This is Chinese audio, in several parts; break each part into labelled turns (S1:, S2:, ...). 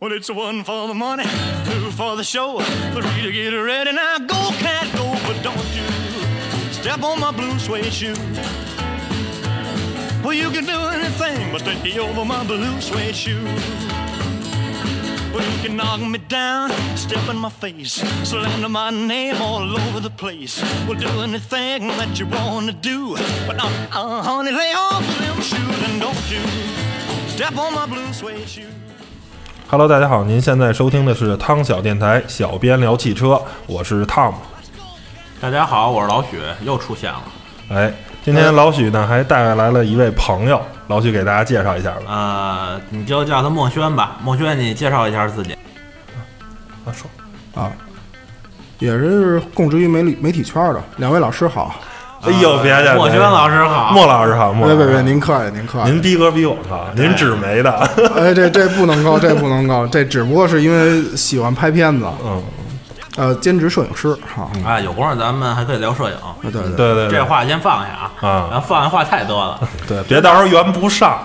S1: Well, it's one for the money, two for the show, three to get ready. Now go, cat, go, but don't you step on my blue suede shoe. Well, you can do anything but take me over my blue suede shoe. Well, you can knock me down, step in my face, slander my name all over the place. We'll do anything that you want to do, but uh, uh, honey, lay off them shoes and don't you step on my blue suede shoe.
S2: Hello，大家好，您现在收听的是汤小电台，小编聊汽车，我是 Tom。
S3: 大家好，我是老许，又出现了
S2: 哎，今天老许呢还带来了一位朋友，老许给大家介绍一下吧。
S3: 啊、呃你就叫他墨轩吧。墨轩，你介绍一下自己。呃
S2: 啊，说
S4: 啊，也是供职于媒体媒体圈的。两位老师好，
S2: 哎
S4: 哎
S2: 呦，别介，
S3: 墨轩老师好，
S2: 莫老师好，莫
S4: 别
S2: 老
S4: 别
S2: 师
S4: 别，
S2: 好，
S4: 您客气，您客气
S2: 您。逼格比我高，您纸媒的，
S4: 哎，这这不能够，这不能够，这只不过是因为喜欢拍片子，
S2: 嗯，
S4: 呃，兼职摄影师哈。嗯
S3: 啊，有功夫咱们还可以聊摄影。
S4: 啊对对
S2: 对对对，
S3: 这话先放下啊，
S2: 啊
S3: 然后放下话太多了，
S2: 对，别到时候圆不上。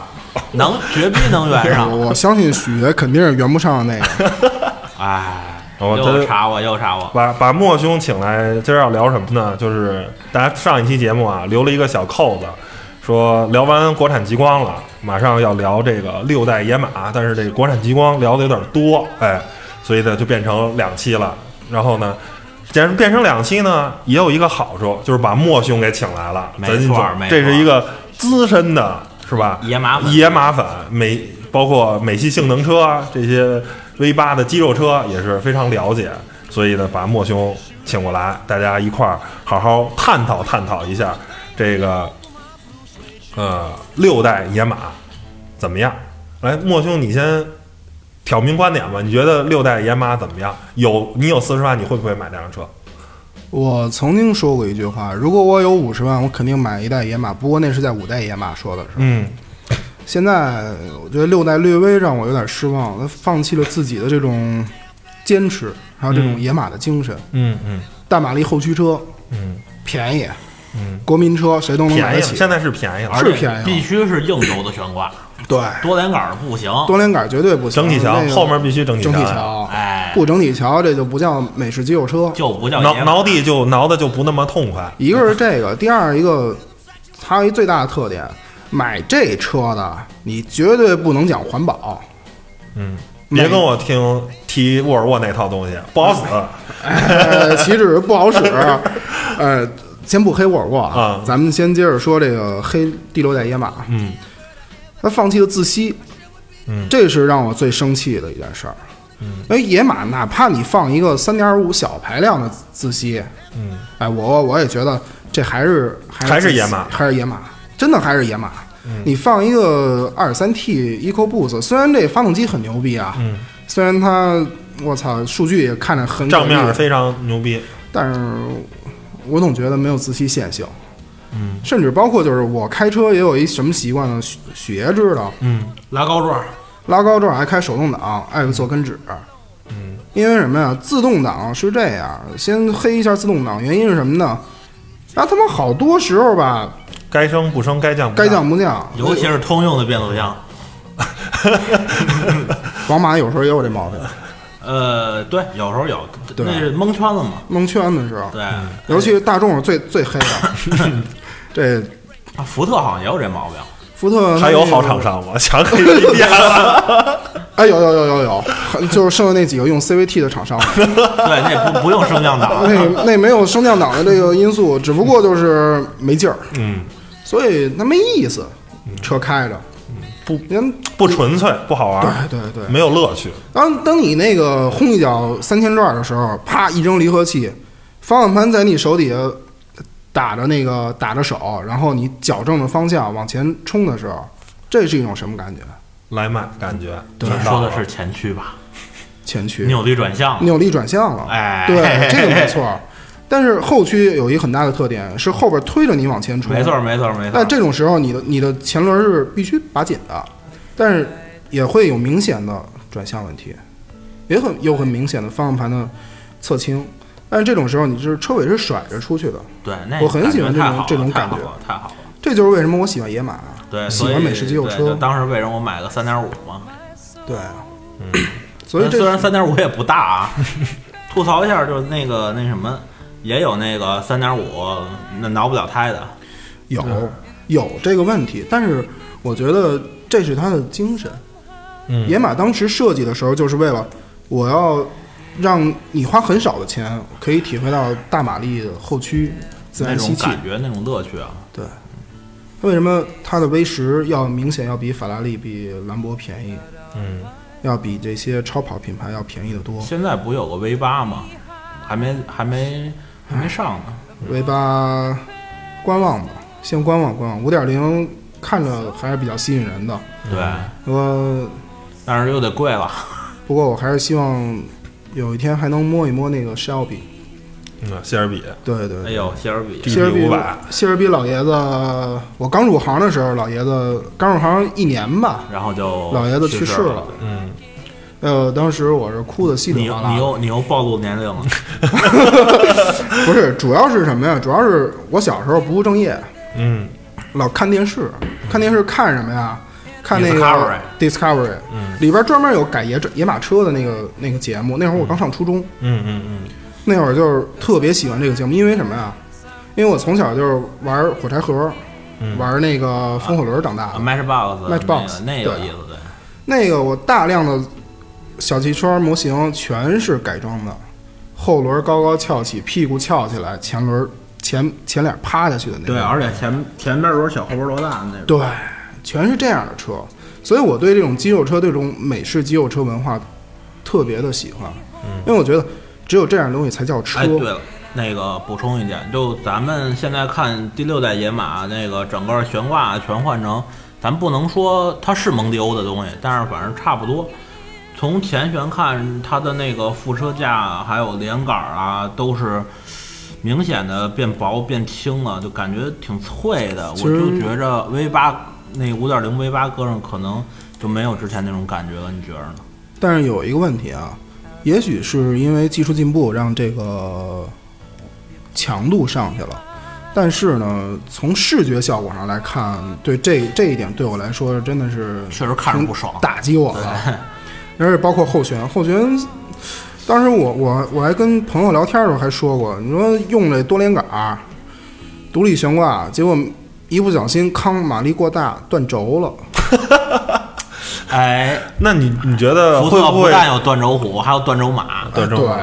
S3: 能绝逼能圆
S2: 啊
S4: 我
S3: 上。
S4: 我相信许爷肯定是圆不上那 个。
S3: 哎，
S2: 我
S3: 又
S2: 真
S3: 查我，又查我。
S2: 把把莫兄请来，今儿要聊什么呢？就是大家上一期节目啊，留了一个小扣子，说聊完国产极光了，马上要聊这个六代野马，但是这个国产极光聊的有点多，哎，所以呢就变成两期了。然后呢，既然变成两期呢，也有一个好处，就是把莫兄给请来了，
S3: 没
S2: 咱就
S3: 错没错
S2: 这是一个资深的，是吧？
S3: 野马粉
S2: 野马粉美，包括美系性能车啊，这些 V 八的肌肉车也是非常了解，所以呢，把莫兄请过来，大家一块儿好好探讨探讨一下这个呃六代野马怎么样？来，莫兄，你先挑明观点吧，你觉得六代野马怎么样？有你有四十万，你会不会买这辆车？
S4: 我曾经说过一句话，如果我有五十万，我肯定买一代野马。不过那是在五代野马说的是。
S2: 嗯，
S4: 现在我觉得六代略微让我有点失望，他放弃了自己的这种坚持，还有这种野马的精神。
S2: 嗯嗯
S4: 大马力后驱车
S2: 嗯
S4: 便宜，
S2: 嗯，
S4: 国民车谁都能买
S2: 便宜了，
S4: 得起。
S2: 现在是便宜了，
S3: 而
S4: 是
S3: 且
S4: 便宜啊
S3: 必须是硬轴的悬挂，
S4: 对，
S3: 多连杆儿不行。
S4: 多连杆绝对不行，
S2: 整体桥
S4: 那个
S2: 后面必须整体
S4: 整体
S2: 桥，啊
S4: 桥，
S3: 哎，
S4: 不整体桥这就不叫美式肌肉车。
S3: 就不叫
S2: 挠
S3: 野马
S2: 挠地就挠的就不那么痛快。
S4: 一个是这个，第二一个，还有一最大的特点，买这车的你绝对不能讲环保。
S2: 嗯，
S4: 没
S2: 别跟我听提沃尔沃那套东西，不好死。
S4: 呃，岂止 不好使，呃，先不黑沃尔沃
S2: 啊
S4: 咱们先接着说这个黑第六代野马，
S2: 嗯
S4: 他放弃了自吸，
S2: 嗯
S4: 这是让我最生气的一件事儿。因为野马哪怕你放一个三点五小排量的自吸，
S2: 嗯，
S4: 哎，我我也觉得这还是还
S2: 还是
S4: 自吸
S2: 野马嗯
S4: 还是野马，真的还是野马。你放一个二三 T EcoBoost，虽然这发动机很牛逼啊，
S2: 嗯
S4: 虽然它我操数据也看着很
S2: 账面
S4: 可
S2: 儿
S4: 疑
S2: 非常牛逼。
S4: 但是我总觉得没有自吸线性。
S2: 嗯，
S4: 甚至包括就是我开车也有一什么习惯呢？许许爷知道，
S2: 嗯
S3: 拉高座儿，
S4: 拉高这爱开手动挡，爱做跟指。
S2: 嗯，
S4: 因为什么呀？自动挡是这样，先黑一下自动挡，原因是什么呢？啊，他妈好多时候吧，
S2: 该升不升，该降不
S4: 该降不降。
S3: 尤其是通用的变速箱。
S4: 宝马有时候也有这毛病，
S3: 呃，对，有时候有，
S4: 对嗯
S3: 那是蒙圈了嘛。
S4: 蒙圈的时候，
S3: 对，
S4: 尤其是大众是最最黑的。 这
S3: 啊福特好像也有这毛病。
S4: 福特
S2: 还有
S4: 那个
S2: 好厂商吗？ 想给你变了。
S4: 哎，有有有有有，就是剩下那几个用 CVT 的厂商了。
S3: 对，那不不用升降 档，
S4: 那那没有升降档的这个因素，只不过就是没劲儿，
S2: 嗯，
S4: 所以它没意思。车开着，
S2: 嗯不
S4: 您
S2: 不纯粹，不好玩儿
S4: 对，对对。
S2: 没有乐趣。
S4: 当当你那个轰一脚三千转的时候，啪一扔离合器，方向盘在你手底下打着那个打着手，然后你矫正着方向往前冲的时候，这是一种什么感觉？
S2: 来卖感觉，
S3: 你
S2: 知道
S3: 说
S2: 吗
S3: 的是前驱吧？
S4: 前驱
S3: 扭力转向，
S4: 扭力转向了，
S3: 哎
S4: 对，这个没 错儿。但是后驱有一个很大的特点是后边推着你往前冲，
S3: 没错儿没错儿没错
S4: 那
S3: 儿。
S4: 这种时候，你的你的前轮是必须拔紧的，但是也会有明显的转向问题，也很有很明显的方向盘的侧倾。但是这种时候，你就是车尾是甩着出去的，
S3: 对，那
S4: 我很喜欢这种
S3: 感觉
S4: 这种
S3: 太
S4: 感
S3: 好
S4: 觉
S3: 了太好了，太好了。
S4: 这就是为什么我喜欢野马啊。
S3: 对，
S4: 喜
S3: 所以
S4: 欢美式肌肉
S3: 对
S4: 车
S3: 就当时为什么我买个三点五嘛？
S4: 对，啊所以
S3: 虽
S4: 这
S3: 然三点五也不大 啊，吐槽一下就是那个那什么，也有那个三点五那挠不了胎的，
S4: 有有这个问题，但是我觉得这是他的精神。
S2: 嗯
S4: 野马当时设计的时候，就是为了我要让你花很少的钱，可以体会到大马力的后驱自
S3: 那
S4: 然
S3: 种
S4: 吸气。
S3: 感觉那种乐趣啊。
S4: 对，为什么它的 V 十要明显要比法拉利、比兰博便宜？
S2: 嗯，
S4: 要比这些超跑品牌要便宜得多。
S3: 现在不有个 V 八吗？还没还没还
S4: 哎
S3: 没上呢。
S4: V 八观望吧，先观望观望。五点零看着还是比较吸引人的，
S3: 对，
S4: 嗯我
S3: 但是又得贵了。
S4: 不过我还是希望有一天还能摸一摸那个 Shelby。
S2: 嗯，谢尔比，
S4: 对对
S3: 哎
S4: 对，
S3: 呦，谢尔比
S2: 这
S4: 谢尔比
S2: 500，
S4: 谢尔比老爷子，我刚入行的时候，老爷子刚入行一年吧，
S3: 然后就
S4: 老爷子
S3: 去
S4: 去
S3: 世
S4: 世了。
S2: 嗯，
S4: 呃，当时我是哭的稀
S3: 你
S4: 里哗
S3: 又你
S4: 啦。
S3: 又你又暴露年龄了，
S4: 不是，主要是什么呀？主要是我小时候不务正业，
S2: 嗯，
S4: 老看电视，看电视看什么呀？看那个
S3: Discovery
S4: Discovery，里
S2: 嗯
S4: 边专门有改野野马车的那个那个节目。那会儿我刚上初中，
S2: 嗯嗯
S4: 那会儿就是特别喜欢这个节目，因为什么呀？因为我从小就是玩火柴盒，
S2: 嗯
S4: 玩那个风火轮长大的。
S3: 啊 Matchbox
S4: Matchbox，
S3: 那个那有
S4: 对
S3: 意思对。
S4: 那个我大量的小汽车模型全是改装的，后轮高高翘起，屁股翘起来，前轮前前脸趴下去的那种。
S3: 啊
S5: 对，而且前前边轮小，后边罗大那种。
S4: 对，全是这样的车，所以我对这种肌肉车、对这种美式肌肉车文化特别的喜欢，因为我觉得只有这样的东西才叫车。
S3: 嗯哎，对了，那个补充一点，就咱们现在看第六代野马，那个整个悬挂全换成，咱不能说它是蒙迪欧的东西，但是反正差不多。从前悬看，它的那个副车架还有连杆儿啊，都是明显的变薄变轻了，就感觉挺脆的。我
S4: 其实
S3: 就觉着 V 八那五点零 V 八搁上可能就没有之前那种感觉了，你觉着呢？
S4: 但是有一个问题啊，也许是因为技术进步让这个强度上去了，但是呢，从视觉效果上来看，对这这一点对我来说真的是
S3: 确实看着不爽。
S4: 打击我了。 而且包括后悬，后悬，当时我我我还跟朋友聊天的时候还说过，你说用这多连杆儿、独立悬挂，结果一不小心康马力过大断轴了。
S3: 哎，
S2: 嗯，那你你觉得
S3: 福
S2: 会
S3: 特
S2: 不
S3: 不
S2: 会
S3: 但有断轴虎，还有断轴马。
S2: 对
S4: 对
S2: 正好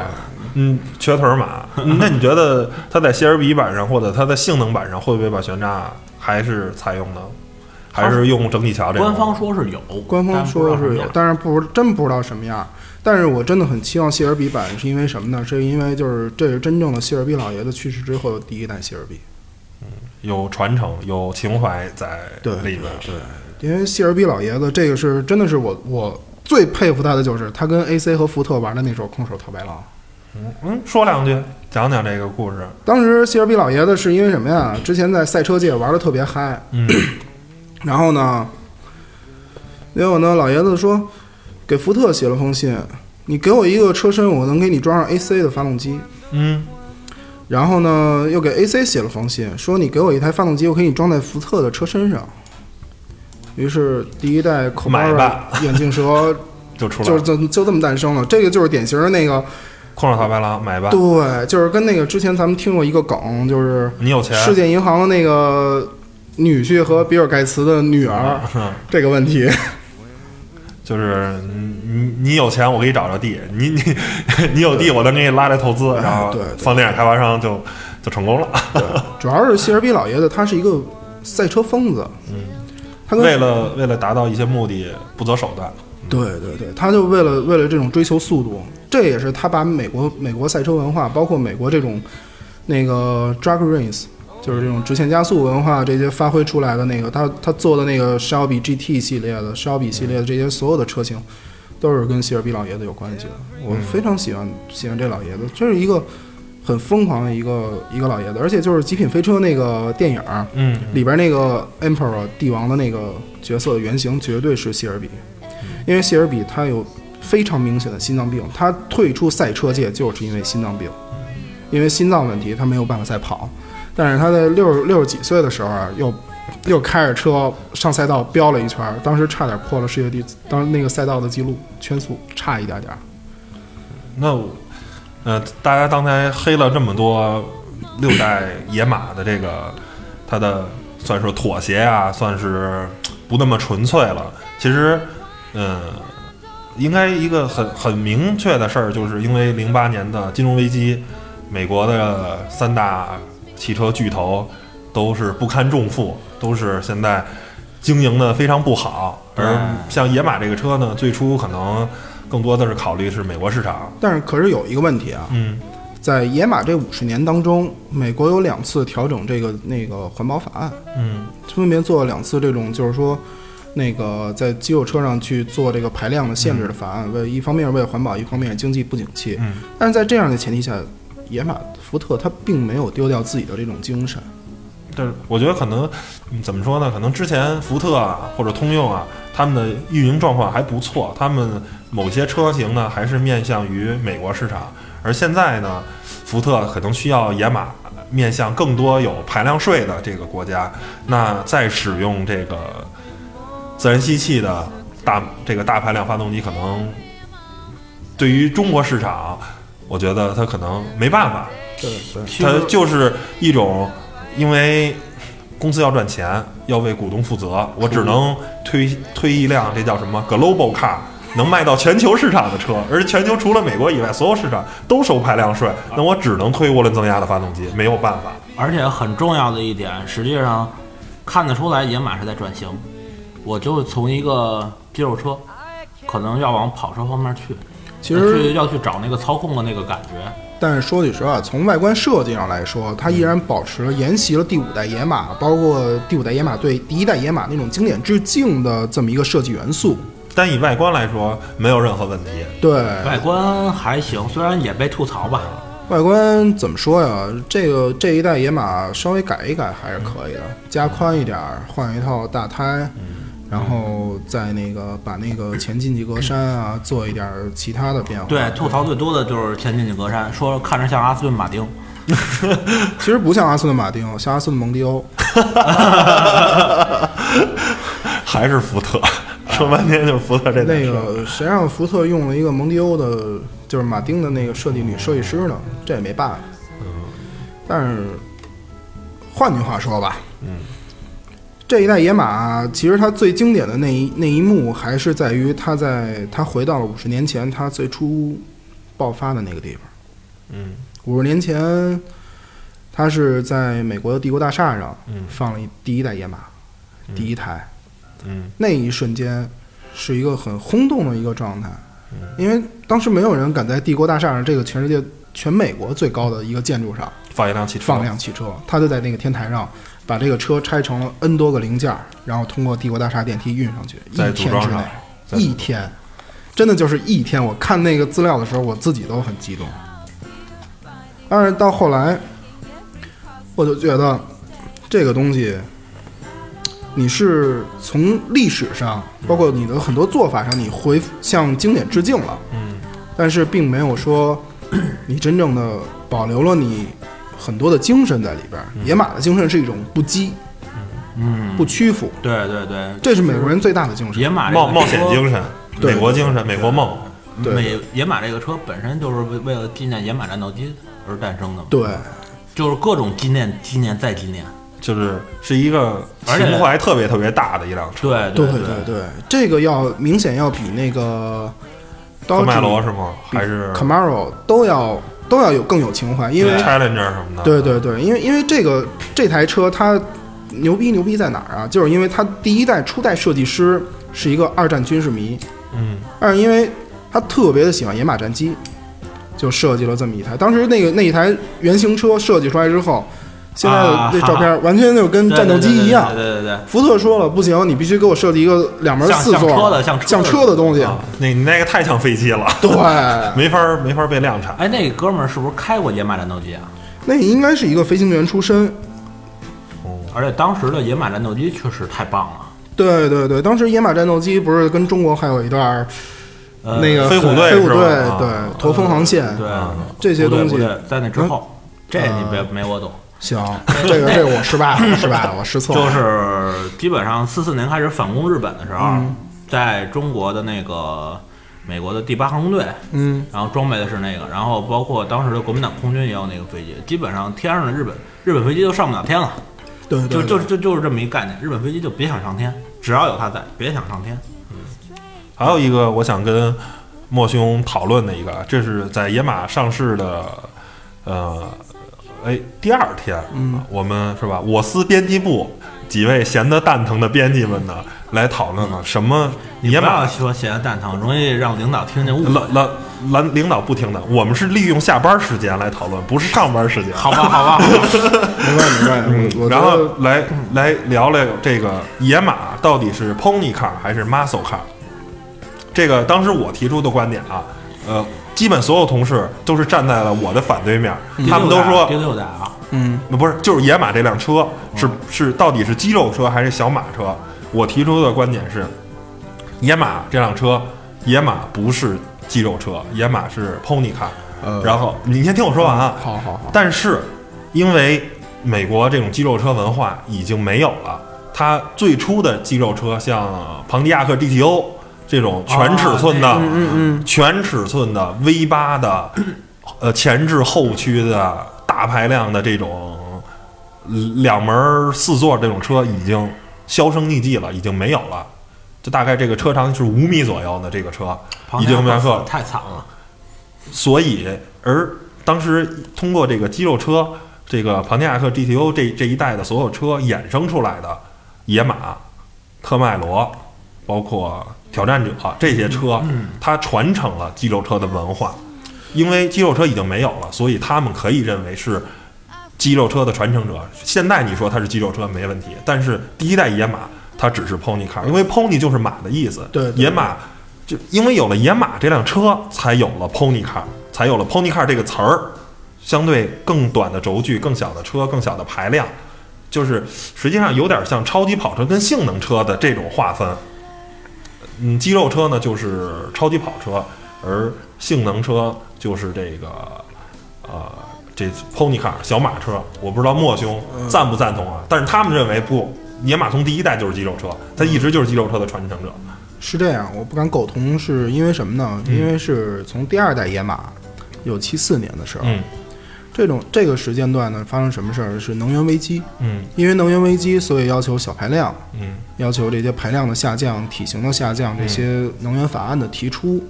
S2: 嗯瘸腿儿 马？那你觉得它在谢尔比版上或者它的性能版上会不会把悬栅还是采用呢？还是用整体桥这种？
S3: 官方说是有，
S4: 官方说的是有，但是不知真不知道什么样儿。但是我真的很期望谢尔比版，是因为什么呢？是因为就是这是真正的谢尔比老爷子去世之后的第一代谢尔比。
S2: 有传承，有情怀在
S4: 对
S2: 里边。对，
S4: 因为谢尔比老爷子这个是真的是我我最佩服他的就是他跟 AC 和福特玩的那首空手套白狼。
S2: 嗯，说两句，讲讲这个故事。
S4: 当时谢尔比老爷子是因为什么呀？之前在赛车界玩的特别嗨，
S2: 嗯
S4: 然后呢，结果呢，老爷子说给福特写了封信，你给我一个车身，我能给你装上 AC 的发动机。
S2: 嗯
S4: 然后呢，又给 AC 写了封信，说你给我一台发动机，我可以装在福特的车身上。于是第一代 c o b
S2: 买
S4: a
S2: 吧
S4: 眼镜蛇
S2: 就 出来
S4: 就
S2: 了，
S4: 就就这么诞生了。这个就是典型的那个，
S2: 空手套白狼，买吧。
S4: 对，就是跟那个之前咱们听过一个梗，就是
S2: 你有钱，
S4: 世界银行的那个女婿和比尔盖茨的女儿
S2: 啊
S4: 这个问题，
S2: 就是你你你有钱，我给你找着地；你你 你有地，我能给你拉来投资，
S4: 哎
S2: 然后
S4: 对对
S2: 房地产开发商就就成功了。
S4: 主要是谢尔比老爷子他是一个赛车疯子，嗯，他跟
S2: 为了为了达到一些目的，不择手段。
S4: 对对对，他就为了为了这种追求速度，这也是他把美国美国赛车文化，包括美国这种那个 drag race，就是这种直线加速文化这些发挥出来的那个，他他做的那个 Shelby GT 系列的 Shelby 系列的这些所有的车型，都是跟谢尔比老爷子有关系的。我非常喜欢喜欢这老爷子，这是一个很疯狂的一个一个老爷子，而且就是《极品飞车》那个电影儿
S2: 嗯，
S4: 里边那个 Emperor 帝王的那个角色的原型绝对是谢尔比，因为谢尔比他有非常明显的心脏病，他退出赛车界就是因为心脏病，因为心脏问题他没有办法再跑，但是他在六六十几岁的时候啊，又又开着车上赛道飙了一圈儿，当时差点破了世界第，当时那个赛道的记录，圈速差一点点儿。
S2: 那我呃，大家刚才黑了这么多六代野马的这个它的算是妥协啊，算是不那么纯粹了。其实，嗯、应该一个很很明确的事儿，就是因为零八年的金融危机，美国的三大汽车巨头都是不堪重负，都是现在经营的非常不好。而像野马这个车呢，最初可能更多的是考虑是美国市场，
S4: 但是可是有一个问题啊，
S2: 嗯，
S4: 在野马这五十年当中，美国有两次调整这个那个环保法案，
S2: 嗯，
S4: 分别做了两次这种，就是说，那个在肌肉车上去做这个排量的限制的法案，为一方面为环保，一方面经济不景气。
S2: 嗯
S4: 但是在这样的前提下，野马福特它并没有丢掉自己的这种精神。
S2: 但是我觉得可能嗯怎么说呢？可能之前福特啊或者通用啊，他们的运营状况还不错，他们某些车型呢还是面向于美国市场，而现在呢，福特可能需要野马面向更多有排量税的这个国家，那再使用这个自然吸气的大这个大排量发动机，可能对于中国市场，我觉得它可能没办法，
S4: 对对，
S3: 其
S2: 它
S3: 实
S2: 就是一种，因为公司要赚钱，要为股东负责，我只能推推一辆这叫什么 global car，能卖到全球市场的车，而全球除了美国以外，所有市场都收排量税，那我只能推涡轮增压的发动机，没有办法。
S3: 而且很重要的一点，实际上看得出来野马是在转型，我就从一个肌肉车，可能要往跑车方面去，
S4: 其实
S3: 去要去找那个操控的那个感觉。
S4: 但是说句实话，从外观设计上来说，它依然保持了沿袭了第五代野马，包括第五代野马对第一代野马那种经典致敬的这么一个设计元素。
S2: 单以外观来说，没有任何问题。
S4: 对，
S3: 外观还行，虽然也被吐槽吧，
S4: 外观怎么说呀？这个这一代野马稍微改一改还是可以的，加宽一点儿，换一套大胎，然后再那个把那个前进气格栅啊做一点儿其他的变化。
S3: 对，吐槽最多的就是前进气格栅，说看着像阿斯顿马丁。
S4: 其实不像阿斯顿马丁，像阿斯顿蒙迪欧。
S2: 还是福特， 说半天就是福特这台
S4: 那
S2: 车。
S4: 个谁让福特用了一个蒙迪欧的，就是马丁的那个设计女设计师呢？这也没办法。
S2: 嗯
S4: 但是换句话说吧，嗯，这一代野马其实它最经典的那一那一幕，还是在于它在它回到了五十年前它最初爆发的那个地方。
S2: 嗯，
S4: 五十年前，它是在美国的帝国大厦上
S2: 嗯
S4: 放了一第一代野马，第一台。
S2: 嗯
S4: 那一瞬间是一个很轰动的一个状态，因为当时没有人敢在帝国大厦上这个全世界全美国最高的一个建筑上
S2: 放一辆汽车，
S4: 放辆汽车，他就在那个天台上把这个车拆成了 N 多个零件儿，然后通过帝国大厦电梯运上去，一
S2: 再组
S4: 天
S2: 装
S4: 之
S2: 上
S4: 内，
S2: 再组
S4: 一天，真的就是一天。我看那个资料的时候，我自己都很激动。但是到后来，我就觉得这个东西，你是从历史上，包括你的很多做法上，你回向经典致敬了，
S2: 嗯，
S4: 但是并没有说你真正的保留了你很多的精神在里边儿。
S2: 嗯
S4: 野马的精神是一种不羁，
S3: 嗯，
S4: 不屈服，
S3: 对对对，
S4: 这是美国人最大的精神。
S3: 野马这个
S2: 冒冒险
S3: 车
S2: 精神，
S4: 对
S2: 美国精神，美国梦。
S4: 对
S3: 美野马这个车本身就是为为了纪念野马战斗机而诞生的嘛，
S4: 对，
S3: 就是各种纪念、纪念再纪念。
S2: 就是是一个
S3: 而且
S2: 情怀特别特别大的一辆车，
S3: 对
S4: 对
S3: 对
S4: 对对，这个要明显要比那个
S2: 科
S4: 刀
S2: 迈罗是吗？
S4: 比
S2: 还是
S4: Camaro 都要都要有更有情怀，因为
S2: Challenger 什么的？
S4: 对对对，因为因为这个这台车它牛逼牛逼在哪儿啊？就是因为它第一代初代设计师是一个二战军事迷，
S2: 嗯，
S4: 但是因为他特别的喜欢野马战机，就设计了这么一台。当时那个那一台原型车设计出来之后，现在的
S3: 啊
S4: 那照片完全就跟
S3: 对，
S4: 战斗机一样。
S3: 对对对对
S4: 福特说了，不行，你必须给我设计一个两门
S3: 像
S4: 四座
S3: 像车的像车的
S4: 车的东西。
S2: 啊，那你那个太像飞机了，
S4: 对，
S2: 没法儿没法儿被量产。
S3: 哎，那哥们儿是不是开过野马战斗机啊？
S4: 那应该是一个飞行员出身。
S3: 而且当时的野马战斗机确实太棒了。
S4: 对对对，当时野马战斗机不是跟中国还有一段儿
S3: 呃
S4: 那个
S2: 飞虎队
S4: 飞虎
S2: 是吧
S4: 队
S2: 啊
S4: 对驼峰航线啊
S3: 对
S2: 嗯
S4: 这些
S3: 不对
S4: 东西嗯啊
S3: 不对在那之后，这你别没我懂。
S4: 行，这个这个我失败了，我失败了，我失策了。
S3: 就是基本上四四年开始反攻日本的时候，
S4: 嗯
S3: 在中国的那个美国的第八航空队，
S4: 嗯，
S3: 然后装备的是那个，然后包括当时的国民党空军也有那个飞机，基本上天上的日本日本飞机都上不了天了，
S4: 对对
S3: 就
S4: 对
S3: 就就就是这么一概念，日本飞机就别想上天，只要有它在，别想上天。
S2: 还有一个我想跟莫兄讨论的一个，这是在野马上市的，呃，哎，第二天，嗯，我们是吧？我司编辑部几位闲得蛋疼的编辑们呢，来讨论了什么野
S3: 也不要
S2: 马
S3: 说闲得蛋疼，容易让领导听见误会。
S2: 蓝蓝蓝领导不听的，我们是利用下班时间来讨论，不是上班时间。
S3: 好吧，好吧，好吧
S4: 明白明白。我我觉
S2: 然
S4: 得
S2: 后来来聊聊这个野马到底是 pony car 还是 muscle car？这个当时我提出的观点啊，呃，基本所有同事都是站在了我的反对面，
S3: 嗯
S2: 他们都说呃
S3: 第六代啊，
S4: 嗯，
S2: 不是，就是野马这辆车是是到底是肌肉车还是小马车？我提出的观点是，野马这辆车，野马不是肌肉车，野马是 pony car。
S4: 呃嗯
S2: 然后你先听我说完啊。
S4: 好好好，
S2: 但是因为美国这种肌肉车文化已经没有了，它最初的肌肉车像庞迪亚克 GTO 这种全尺寸的、
S3: 哦
S2: 全尺寸的 V 八的，呃前置后驱的大排量的这种两门儿四座这种车已经销声匿迹了，已经没有了。就大概这个车长是五米左右的这个车
S3: 庞
S2: 已
S3: 加
S2: 经没有
S3: 克
S2: 了，
S3: 太惨了。
S2: 所以而当时通过这个肌肉车，这个庞蒂亚克 GTO 这这一代的所有车衍生出来的野马、特迈罗，包括挑战者这些车，
S4: 嗯
S2: 它传承了肌肉车的文化，因为肌肉车已经没有了，所以他们可以认为是。肌肉车的传承者，现在你说它是肌肉车没问题，但是第一代野马它只是 pony car，因为 pony 就是马的意思，
S4: 对对
S2: 野马就因为有了野马这辆车，才有了 pony car，才有了 pony car 这个词儿，相对更短的轴距、更小的车、更小的排量，就是实际上有点像超级跑车跟性能车的这种划分。嗯，肌肉车呢就是超级跑车，而性能车就是这个呃这 pony car 小马车。我不知道莫兄赞不赞同啊，但是他们认为不，野马从第一代就是肌肉车，它一直就是肌肉车的传承者。
S4: 是这样，我不敢苟同，是因为什么呢？因
S2: 嗯
S4: 为是从第二代野马，有七四年的时候，
S2: 嗯
S4: 这种这个时间段呢，发生什么事儿？是能源危机，
S2: 嗯
S4: 因为能源危机，所以要求小排量，
S2: 嗯
S4: 要求这些排量的下降、体型的下降，这些能源法案的提出，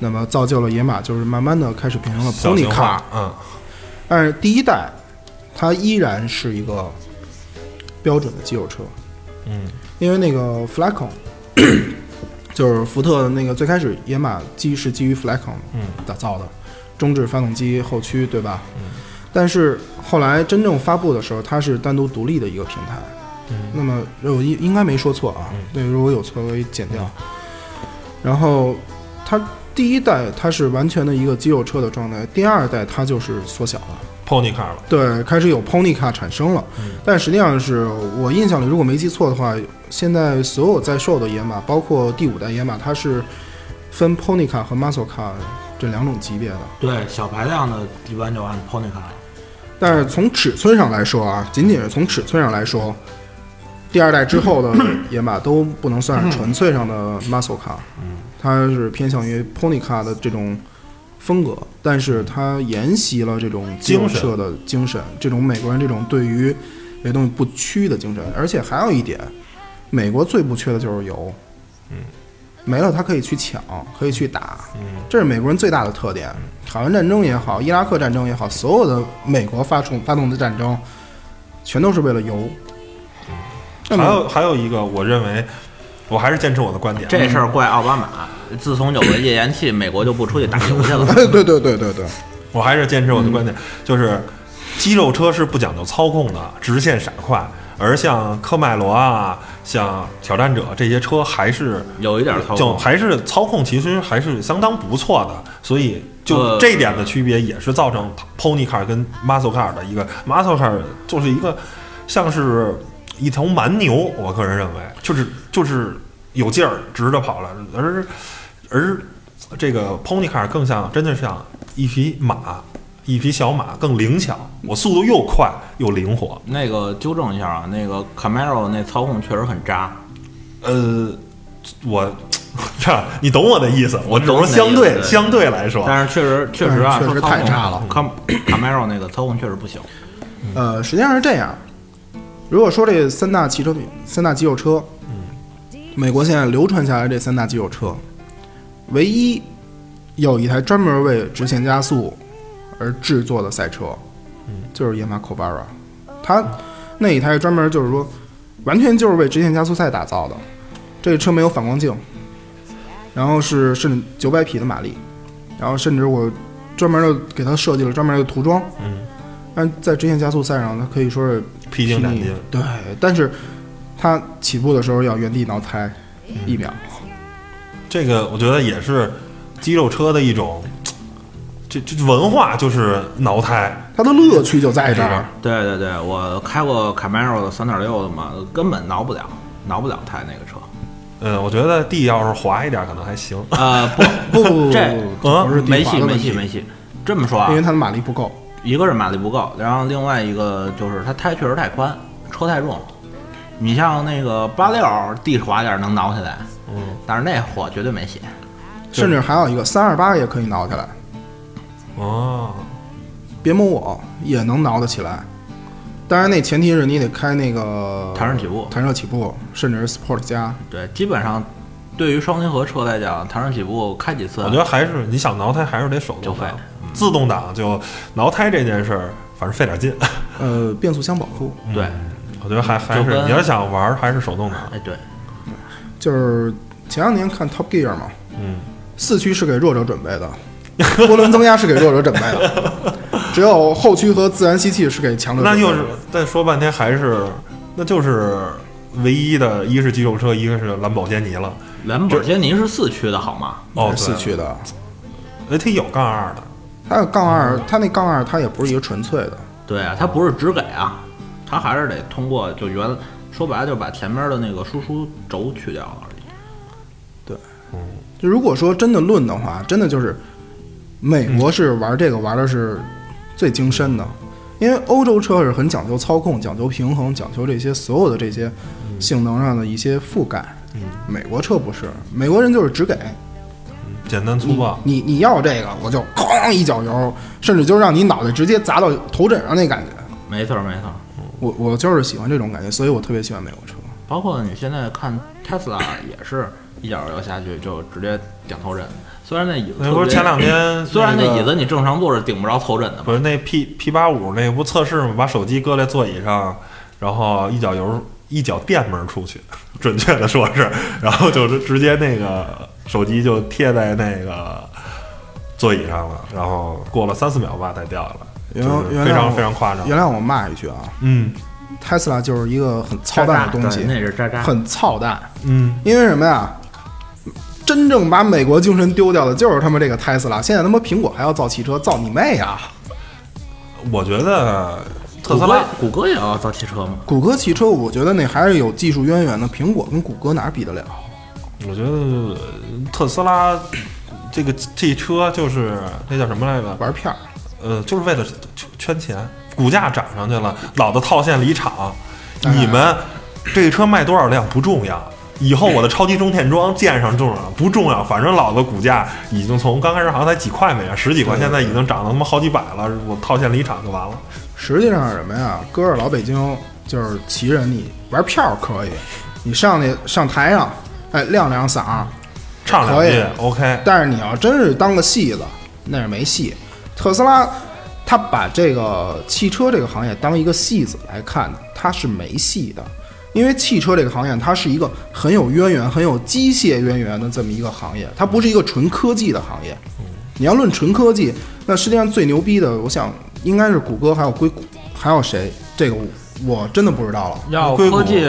S4: 那么造就了野马就是慢慢的开始变成了
S2: 小
S4: pony
S2: 型
S4: car
S2: 化。，嗯
S4: 但是第一代，它依然是一个标准的肌肉车，
S2: 嗯
S4: 因为那个 Flacon，就是福特的那个最开始野马机是基于 Flacon
S2: 嗯
S4: 打造的，中置发动机、后驱，对吧？
S2: 嗯
S4: 但是后来真正发布的时候，它是单独独立的一个平台。
S2: 嗯
S4: 那么我应应该没说错啊，对，如果有错我也剪掉。
S2: 嗯
S4: 然后它第一代它是完全的一个肌肉车的状态，第二代它就是缩小了。
S2: ，pony car 了。
S4: 对，开始有 Pony 卡产生了，但实际上是我印象里，如果没记错的话，现在所有在售的野马，包括第五代野马，它是分 Pony 卡和 Muscle 卡这两种级别的。
S3: 对，小排量的一般就按 pony car。
S4: 但是从尺寸上来说啊，仅仅是从尺寸上来说，第二代之后的野马都不能算是纯粹上的 muscle car，它是偏向于 pony car 的这种风格，但是它沿袭了这种肌肉
S2: 精神
S4: 车的精神，这种美国人这种对于这东西不屈的精神。而且还有一点，美国最不缺的就是油，没了他可以去抢，可以去打，这是美国人最大的特点。海湾战争也好，伊拉克战争也好，所有的美国发动发动的战争，全都是为了油。
S2: 还
S4: 那么
S2: 有还有一个，我认为我还是坚持我的观点。啊
S3: 这事儿怪奥巴马，自从有了页岩气，美国就不出去打油去了。
S4: 对 对对对对对，
S2: 我还是坚持我的观
S3: 嗯
S2: 点，就是肌肉车是不讲究操控的，直线闪快。而像科迈罗啊，像挑战者这些车，还是
S3: 有一点操
S2: 就
S3: 控，
S2: 还是操控，其实还是相当不错的。所以就
S3: 呃
S2: 这点的区别，也是造成 pony car 跟 muscle car 的一个 muscle car 就是一个像是一头蛮牛，我个人认为就是就是有劲儿，直着跑了，而而这个 pony car 更像真的像一匹马。一匹小马更灵巧，我速度又快又灵活。
S3: 那个纠正一下啊，那个 Camaro 那操控确实很渣，
S2: 呃，我 这样你懂我的意思，我只
S3: 懂
S2: 能
S3: 你的
S2: 相
S3: 意
S2: 对
S3: 思
S2: 相对来说，
S3: 但是确实确实啊，
S4: 但是确
S3: 说
S4: 实
S3: 操控
S4: 太渣了。
S3: Cam Camaro 那个操控确实不行，
S4: 呃，实际上是这样。如果说这三大汽车品、三大肌肉车，美国现在流传下来这三大肌肉车，唯一有一台专门为直线加速而制作的赛车，就是野马 Cobra，它那一台专门就是说，完全就是为直线加速赛打造的。这车没有反光镜，然后是甚至九百匹的马力，然后甚至我专门的给它设计了专门的涂装，但在直线加速赛上，它可以说是
S2: 披荆斩
S4: 你
S2: 棘。
S4: 对，但是它起步的时候要原地挠胎一秒，
S2: 这个我觉得也是肌肉车的一种，这这文化就是挠胎，
S4: 它的乐趣就在这儿。
S3: 对对对，我开过 Camaro 的三点六的嘛，根本挠不了，挠不了胎那个车。
S2: 嗯，我觉得地要是滑一点可能还行。
S3: 呃， 不
S4: 不不不，
S3: 这
S4: 不不是
S3: 没
S4: 地滑
S3: 戏
S4: 的
S3: 没
S4: 问
S3: 戏
S4: 题，
S3: 没戏。这么说啊
S4: 因，为它的马力不够。
S3: 一个是马力不够，然后另外一个就是它胎确实太宽，车太重。你像那个八六地滑点儿能挠起来，嗯，但是那货绝对没戏。
S4: 甚至还有一个三二八也可以挠起来，
S2: 哦，
S4: 别摸我也能挠得起来。当然，那前提是你得开那个
S3: 弹射起步
S4: 弹射起步，甚至是 Sport 加。
S3: 对，基本上对于双离合车来讲，弹射起步开几次，
S2: 我觉得还是你想挠胎还是得手
S3: 就
S2: 动
S3: 废
S2: 挡
S3: 了，
S2: 自动挡就挠胎这件事儿，反正费点劲。
S4: 呃，变速箱保护
S3: 对，
S4: 嗯
S2: 我觉得还还
S3: 就是跟
S2: 你要想玩儿还是手动挡，
S3: 哎对，
S4: 就是前两年看 Top Gear 嘛，
S2: 嗯，
S4: 四驱是给弱者准备的， 涡轮增压是给弱者准备的， 只有后驱和自然吸气是给强者准
S2: 那
S4: 备的。
S2: 就是但说半天还是那就是唯一的，一是肌肉车，一个是兰博基尼了。
S3: 兰博基尼是四驱的好吗？
S2: 哦，
S4: 四驱的，
S2: 对，哎，它有杠二的，
S4: 它有杠二，它那杠二它也不是一个纯粹的，
S3: 对啊，它不是只给啊，它还是得通过就原说白了就是把前面的那个输出轴去掉了而已。
S4: 就如果说真的论的话，真的就是美国是玩这个玩的是最精深的，因为欧洲车是很讲究操控、讲究平衡、讲究这些所有的这些性能上的一些覆盖。
S2: 嗯
S4: 美国车不是，美国人就是只给
S2: 简单粗暴。
S4: 你你要这个，我就哐一脚油，甚至就让你脑袋直接砸到头枕上那感觉。
S3: 没错儿没错儿，
S4: 我我就是喜欢这种感觉，所以我特别喜欢美国车。
S3: 包括你现在看 Tesla 也是一脚油下去就直接顶头枕，虽然那椅子
S2: 那不
S3: 特
S2: 是
S3: 别
S2: 前两天
S3: 嗯虽然那
S2: 个
S3: 椅子你正常坐着顶不着头枕的吧，
S2: 不是那 P P 八五那不测试吗？把手机搁在座椅上，然后一脚油一脚电门出去， 准确的说是，然后就是直接那个手机就贴在那个座椅上了，然后过了三四秒吧才掉下来，
S4: 原
S2: 就是
S4: 原
S2: 非
S4: 谅
S2: 常
S4: 我
S2: 非常夸张。
S4: 原谅我骂一句啊
S2: 嗯
S4: ，Tesla 就是一个很操蛋的东
S3: 对那
S4: 西，
S3: 是渣渣。
S4: 很操蛋。
S2: 嗯，
S4: 因为什么呀？真正把美国精神丢掉的就是他们这个 Tesla。现在他妈苹果还要造汽车，造你妹啊！
S2: 我觉得特
S3: 谷
S2: 斯
S3: 歌
S2: 拉
S3: 谷歌也要造汽车吗？
S4: 谷歌汽车，我觉得那还是有技术渊源的。苹果跟谷歌哪比得了？
S2: 我觉得呃特斯拉这个这车就是那叫什么来着？
S4: 玩片儿，
S2: 呃，就是为了圈圈钱，股价涨上去了，老子套现离场。
S4: 哎
S2: 你们这车卖多少辆不重要，以后我的超级充电桩建上重要不重要？反正老子股价已经从刚开始好像才几块美元，十几块，现在已经涨到他妈好几百了，我套现离场就完了。
S4: 实际上是什么呀？搁着老北京就是骑着你玩票可以，你上那上台上，哎亮两嗓儿，
S2: 唱两
S4: 可以
S2: 句 OK，
S4: 但是你要真是当个戏子，那是没戏。特斯拉，他把这个汽车这个行业当一个戏子来看的，他是没戏的。因为汽车这个行业，它是一个很有渊源、很有机械渊源的这么一个行业，它不是一个纯科技的行业。你要论纯科技，那世界上最牛逼的，我想应该是谷歌，还有硅谷，还有谁？这个我我真的不知道了。
S3: 要
S2: 硅谷
S3: 科技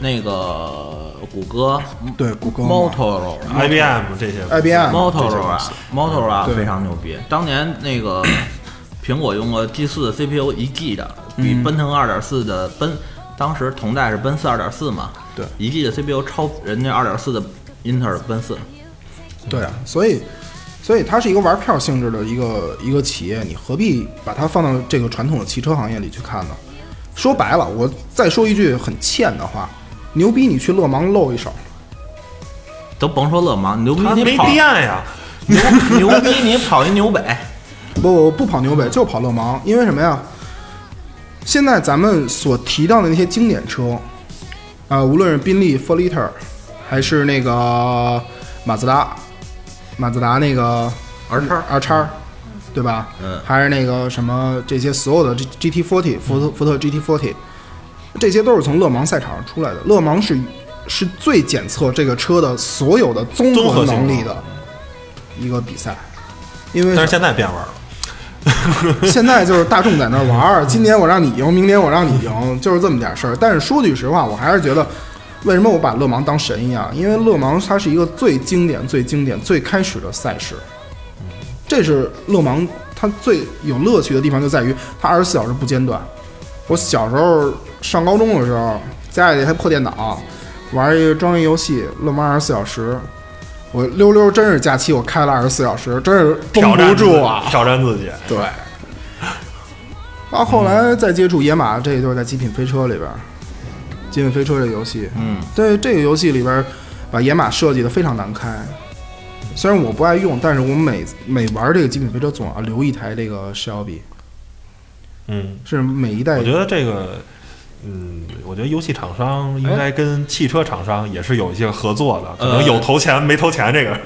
S3: 那个谷歌、
S4: 对，谷歌嘛哎
S3: Motorola、
S2: IBM 这些
S4: IBM 这些
S3: Motorola
S4: 东西
S3: Motorola
S4: 对
S3: 非常牛逼，当年那个 苹果用过 G 4 CPU 一 G 的，比
S4: 嗯
S3: 奔腾2.4的奔，当时同代是奔四2.4嘛，
S4: 对
S3: 一 G 的 CPU 超人家2.4的英特尔奔四，
S4: 对啊，所以所以它是一个玩票性质的一个一个企业，你何必把它放到这个传统的汽车行业里去看呢？说白了，我再说一句很欠的话，牛逼你去勒芒露一手，
S3: 都甭说勒芒，牛逼
S2: 它
S3: 你
S2: 没
S3: 跑
S2: 电呀，
S3: 牛牛逼你跑一纽北，
S4: 不不跑牛北，就跑勒芒，因为什么呀？现在咱们所提到的那些经典车，啊、无论是宾利 Four Liter，还是那个马自达，马自达那个
S3: R 叉
S4: R 叉，对吧？
S3: 嗯
S4: 还是那个什么这些所有的 G GT Forty 福
S2: 嗯
S4: 特福特 GT Forty，这些都是从勒芒赛场上出来的。勒芒是是最检测这个车的所有的综
S2: 综合
S4: 合
S2: 性
S4: 能
S2: 能
S4: 力的一个比赛，因为
S2: 但
S4: 什
S2: 是现在变味儿了。
S4: 现在就是大众在那儿玩儿，今年我让你赢，明年我让你赢，就是这么点事儿。但是说句实话，我还是觉得，为什么我把勒芒当神一样？因为勒芒它是一个最经典、最经典、最开始的赛事，这是勒芒它最有乐趣的地方，就在于它二十四小时不间断。我小时候上高中的时候，家里还破电脑，玩一个装一游戏，勒芒二十四小时。我溜溜真是假期，我开了二十四小时，真是绷
S2: 挑
S4: 不
S2: 战自己
S4: 住啊！
S2: 挑战自己。
S4: 对。 啊，后来再接触野马，这就是在《极品飞车》里边儿，《极品飞车》这个游戏，
S3: 嗯，
S4: 对这个游戏里边儿把野马设计的非常难开。虽然我不爱用，但是我每每玩这个《极品飞车》总要留一台这个 Shelby，
S2: 嗯，
S4: 是每一代
S2: 我觉得这个，嗯，我觉得游戏厂商应该跟汽车厂商也是有一些合作的，可能有投钱没投钱这个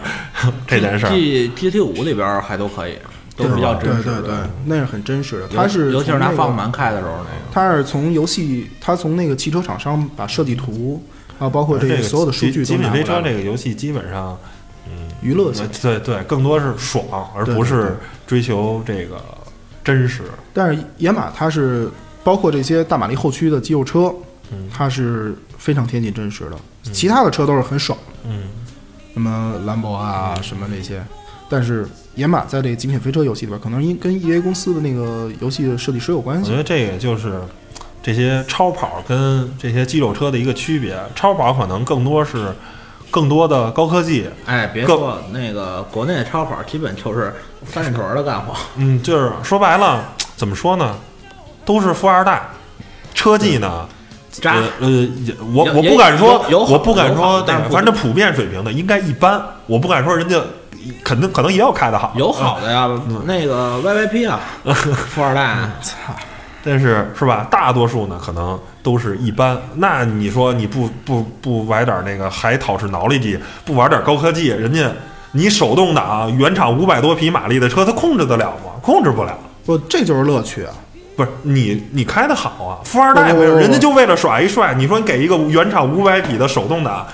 S2: 这件事儿。
S3: G G T 五里边还都可以，都比较
S4: 对
S3: 真实
S4: 对
S3: 的。
S4: 对，那是很真实的。
S3: 尤
S4: 它是
S3: 尤其是
S4: 从
S3: 拿
S4: 那个
S3: 方向盘开的时候那
S4: 它是从游戏，它从那个汽车厂商把设计图啊，包括这
S2: 这
S4: 个
S2: 个
S4: 所有的数据都
S2: 极品
S4: 拿过
S2: 飞
S4: 来
S2: 车
S4: 了
S2: 这个游戏基本上，嗯，
S4: 娱乐性
S2: 对对，更多是爽，而
S4: 对
S2: 不
S4: 对对
S2: 是追求这个真实。
S4: 但是野马它是包括这些大马力后驱的肌肉车
S2: 嗯，
S4: 它是非常贴近真实的，其他的车都是很爽，
S2: 嗯，
S4: 什么兰博啊什么这些，但是野马在这个极品飞车游戏里边，可能因跟 EA 公司的那个游戏的设计师有关
S2: 我觉
S4: 系。
S2: 得这个就是这些超跑跟这些肌肉车的一个区别。超跑可能更多是更多的高科技，
S3: 个，哎，别
S2: 各
S3: 说那个国内超跑，基本就是三里屯的干活。
S2: 嗯，就是说白了，怎么说呢，都是富二代，车技呢。
S3: 渣
S2: 呃，呃也我
S3: 也
S2: 我不敢说，
S3: 有有好
S2: 我不敢
S3: 有好
S2: 说那
S3: 但
S2: 个，
S3: 是不
S2: 反正普遍水平的应该一般，我不敢说人家肯定可能也有开的好，
S3: 有好
S2: 啊
S3: 的呀，嗯那个 YYP 啊，富二代，啊
S2: 嗯但是是吧？大多数呢可能都是一般。那你说你不不不玩点那个海讨是脑力机，不玩点高科技，人家你手动挡原厂五百多匹马力的车，它控制得了吗？控制不了。
S4: 不，这就是乐趣啊！
S2: 不是你，你开的好啊，富二代没
S4: 不不
S2: 有，
S4: 不
S2: 人家就为了耍一帅。你说你给一个原厂五百匹的手动挡，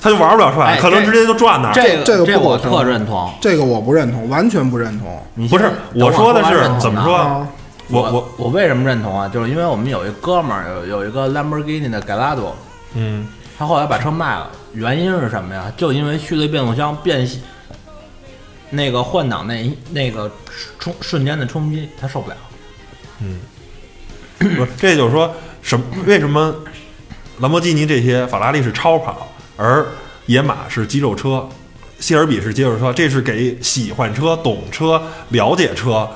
S2: 他就玩不了帅，
S3: 哎
S2: 可能
S3: 这
S2: 直接就转那儿。
S3: 这
S4: 这
S3: 个
S4: 个
S3: 这
S4: 不
S3: 我
S4: 可承认
S3: 特认同。
S4: 这个我不认同，完全不认同。
S3: 你
S2: 不
S3: 先
S2: 是
S3: 等
S2: 我说的
S3: 完
S2: 是
S3: 认同
S2: 怎么
S3: 呢
S2: 说？
S4: 啊
S2: 我
S3: 我
S2: 我
S3: 我为什么认同啊？就是因为我们有一哥们儿有有一个兰博基尼的 Gallardo，
S2: 嗯，
S3: 他后来把车卖了，原因是什么呀？就因为蓄力变速箱变形那个换挡那一那个冲瞬间的冲击，他受不了。
S2: 不是，这就是说什么？为什么兰博基尼这些法拉利是超跑，而野马是肌肉车，谢尔比是肌肉车？这是给喜欢车、懂车、了解车、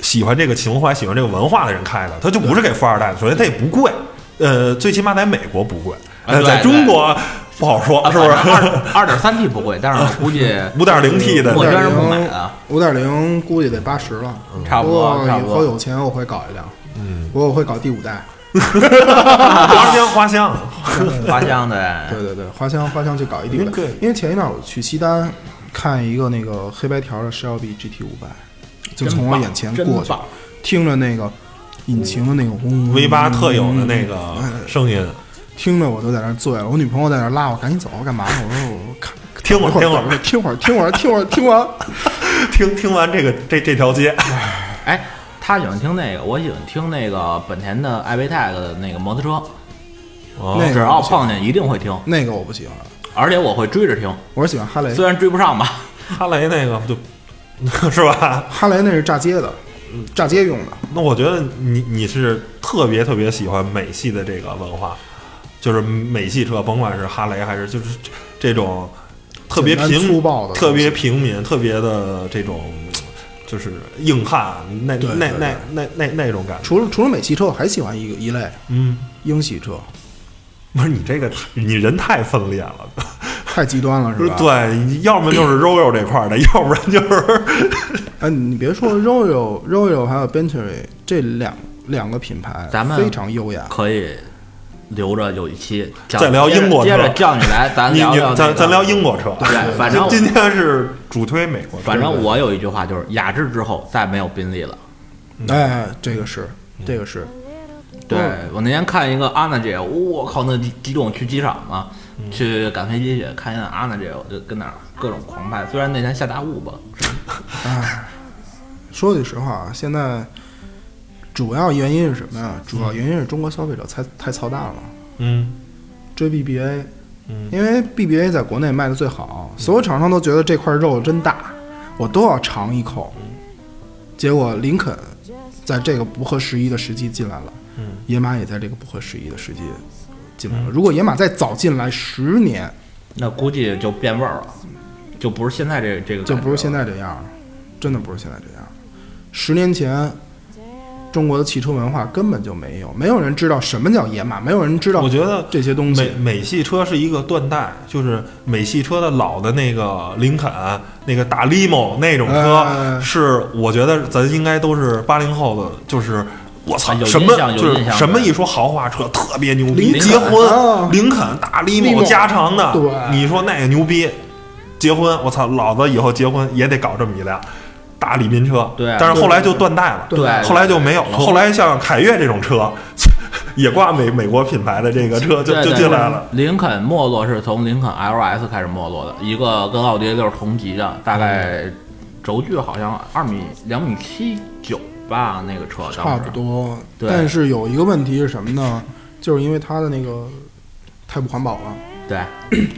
S2: 喜欢这个情怀、喜欢这个文化的人开的，它就不是给富二代的。首先，它也不贵，呃，最起码在美国不贵，
S3: 啊
S2: 呃，
S3: 对
S2: 在
S3: 对
S2: 中国不好说，啊是不是？
S3: 二二点三 T 不贵，但是我估计
S2: 五点零 T 的
S3: 我
S4: 五
S3: 觉
S4: 点
S3: 得是不买
S4: 零
S3: 的，
S4: 五点零估计得八十了，
S3: 差不多
S4: 过
S3: 差
S4: 以
S3: 不
S4: 后
S3: 多。
S4: 有钱我会搞一辆，嗯，不过我会搞第五代。
S2: 花香花 香，
S3: 花香的，
S4: 对对对，花香花香去搞一地
S2: 嗯
S4: 的
S2: 对。
S4: 因为前一段我去西单看一个那个黑白条的 Shelby GT 五百，就从我眼前过
S3: 真
S4: 去
S3: 棒，
S4: 听着那个引擎的那个嗡嗡
S2: V 八特有的那个声音，
S4: 听着我都在那儿醉了。我女朋友在那儿拉我，赶紧走，干嘛呢？我说我看
S2: 听会儿
S4: 一会
S2: 听会
S4: 儿
S2: 儿
S4: 听会儿听会儿听会儿听完。
S2: 听听完这个这这条街，
S3: 哎，他喜欢听那个，我喜欢听那个本田的艾维泰的那个摩托车，
S2: 哦
S4: 那个
S3: 只要碰见一定会听，
S4: 那个我不喜欢，
S3: 而且我会追着听，
S4: 我是喜欢哈雷
S3: 虽，然追不上吧。
S2: 哈雷那个就 是吧？
S4: 哈雷那是炸街的，炸街用的。
S2: 那我觉得你你是特别特别喜欢美系的这个文化，就是美系车，甭管是哈雷还是就是这种特别
S4: 简单
S2: 平
S4: 粗暴的东西
S2: 特别平民，特别的这种就是硬汉那
S4: 对
S2: 那
S4: 对
S2: 那那那那种感觉。
S4: 除了除了美系车，我还喜欢一个一类
S2: 嗯，
S4: 英系车，
S2: 不是你这个你人太分裂了，
S4: 太极端了
S2: 不
S4: 是
S2: 是
S4: 吧？
S2: 对，要么就是肉肉这块儿的， 要不然就是
S4: 哎，你别说 Royal Royal 还有 Bentley 这两两个品牌，
S3: 咱们
S4: 非常优雅。
S3: 可以留着有一期讲
S2: 再聊英国
S3: 接着
S2: 车
S3: 接着叫你来，咱
S2: 你
S3: 聊
S2: 你
S3: 聊那
S2: 咱
S3: 个
S2: 咱聊英国车，
S3: 对反正
S2: 今今天是主推美国车，
S3: 反正我有一句话就是雅致之后再没有宾利了。嗯
S4: 哎，这个是这个是，
S3: 对
S2: 嗯
S3: 我那天看一个安娜姐，我靠，那激动！去机场嘛，
S2: 嗯
S3: 去赶飞机去看一眼安娜姐，我就跟那儿各种狂拍。虽然那天下大雾吧，
S4: 哎说句实话啊，现在主要原因是什么呀？主要原因是中国消费者太太操蛋了，
S2: 嗯
S4: 追 BBA，
S2: 嗯
S4: 因为 BBA 在国内卖的最好，所有厂商都觉得这块肉真大，我都要尝一口。
S2: 嗯
S4: 结果林肯在这个不合时宜的时机进来了，
S2: 嗯
S4: 野马也在这个不合时宜的时机进来了。如果野马再早进来十年，
S3: 那估计就变味儿了，就不是现在这这个，
S2: 哎
S4: 就不是现。在这样了，真的不是现在这样。十年前，中国的汽车文化根本就没有，没有人知道什么叫野马，没有人知道
S2: 我觉得
S4: 这些东西
S2: 美。美系车是一个断代，就是美系车的老的那个林肯、那个大 limo 那种车，
S4: 哎
S2: 是我觉得咱应该都是八零后的，就是我操
S3: 啊，有
S2: 什么
S3: 印象有
S2: 就是
S3: 印象
S2: 什么一说豪华车特别牛逼，
S4: 林肯
S2: 结
S4: 啊
S2: 婚林肯大 limo
S4: limo
S2: 加长的
S4: 对，
S2: 你说那个牛逼，结婚我操，老子以后结婚也得搞这么一辆。大礼宾车，
S3: 对啊
S2: 但是后来就断代了，
S3: 对对
S2: 后来就没有了。
S3: 从
S2: 后来像凯越这种车， 也挂美美国品牌的这个 车就
S3: 对
S2: 就
S3: 对
S2: 进来了。
S3: 林肯没落是从林肯 LS 开始没落的，一个跟奥迪 A 六同级的，大概轴距好像二米两米七九吧，那个车当时
S4: 差不。多。
S3: 对
S4: 但是有一个问题是什么呢？就是因为它的那个太不环保了。
S3: 对，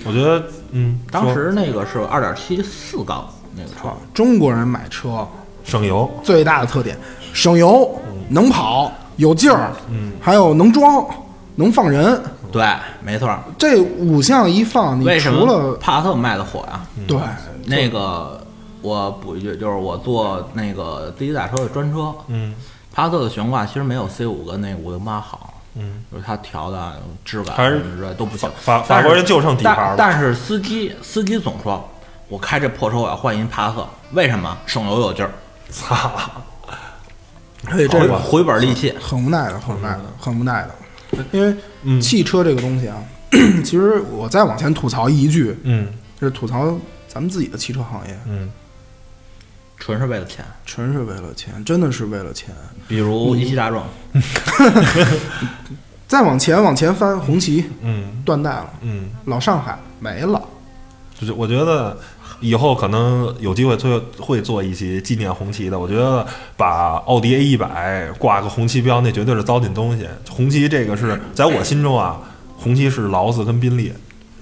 S2: 我觉得，嗯，
S3: 当
S2: 说
S3: 时那个是二点七四缸那个车，
S4: 中国人买车
S2: 省油，
S4: 最大的特点，省油、
S3: 嗯
S4: 能跑、有劲儿，还有能装、能放人。
S3: 对，没错儿。
S4: 这五项一放，你
S3: 为什
S4: 除
S3: 么嗯
S4: 了
S3: 帕萨特卖的火呀、
S4: 对
S3: 那个我补一句，就是我坐那个第一大车的专车，
S2: 嗯
S3: 帕萨特的悬挂其实没有 C 五跟那五零八好，
S2: 嗯，
S3: 就是它调的质感
S2: 还是
S3: 什么之类都不行。
S2: 法法
S3: 但是
S2: 国人就剩底盘
S3: 但
S2: 了
S3: 但是司机司机总说，我开这破车我要换一帕萨特，为什么？省油有劲儿，
S2: 操，
S4: 而且这
S3: 回
S4: 个
S3: 回本利器。
S4: 很无奈的，很无奈的，
S3: 嗯
S4: 很无奈的，因为
S2: 嗯
S4: 汽车这个东西啊， 其实我再往前吐槽一句，
S2: 嗯
S4: 就是吐槽咱们自己的汽车行业，
S2: 嗯，
S3: 纯是为了钱，
S4: 纯是为了钱，真的是为了钱。
S3: 比如一汽大众，
S4: 再往前往前翻，红旗
S2: 嗯
S4: 断代了，
S2: 嗯，
S4: 老上海没了，
S2: 就是我觉得以后可能有机会做会做一期纪念红旗的。我觉得把奥迪 A 一百挂个红旗标，那绝对是糟践东西。红旗这个是在我心中啊，红旗是劳斯跟宾利，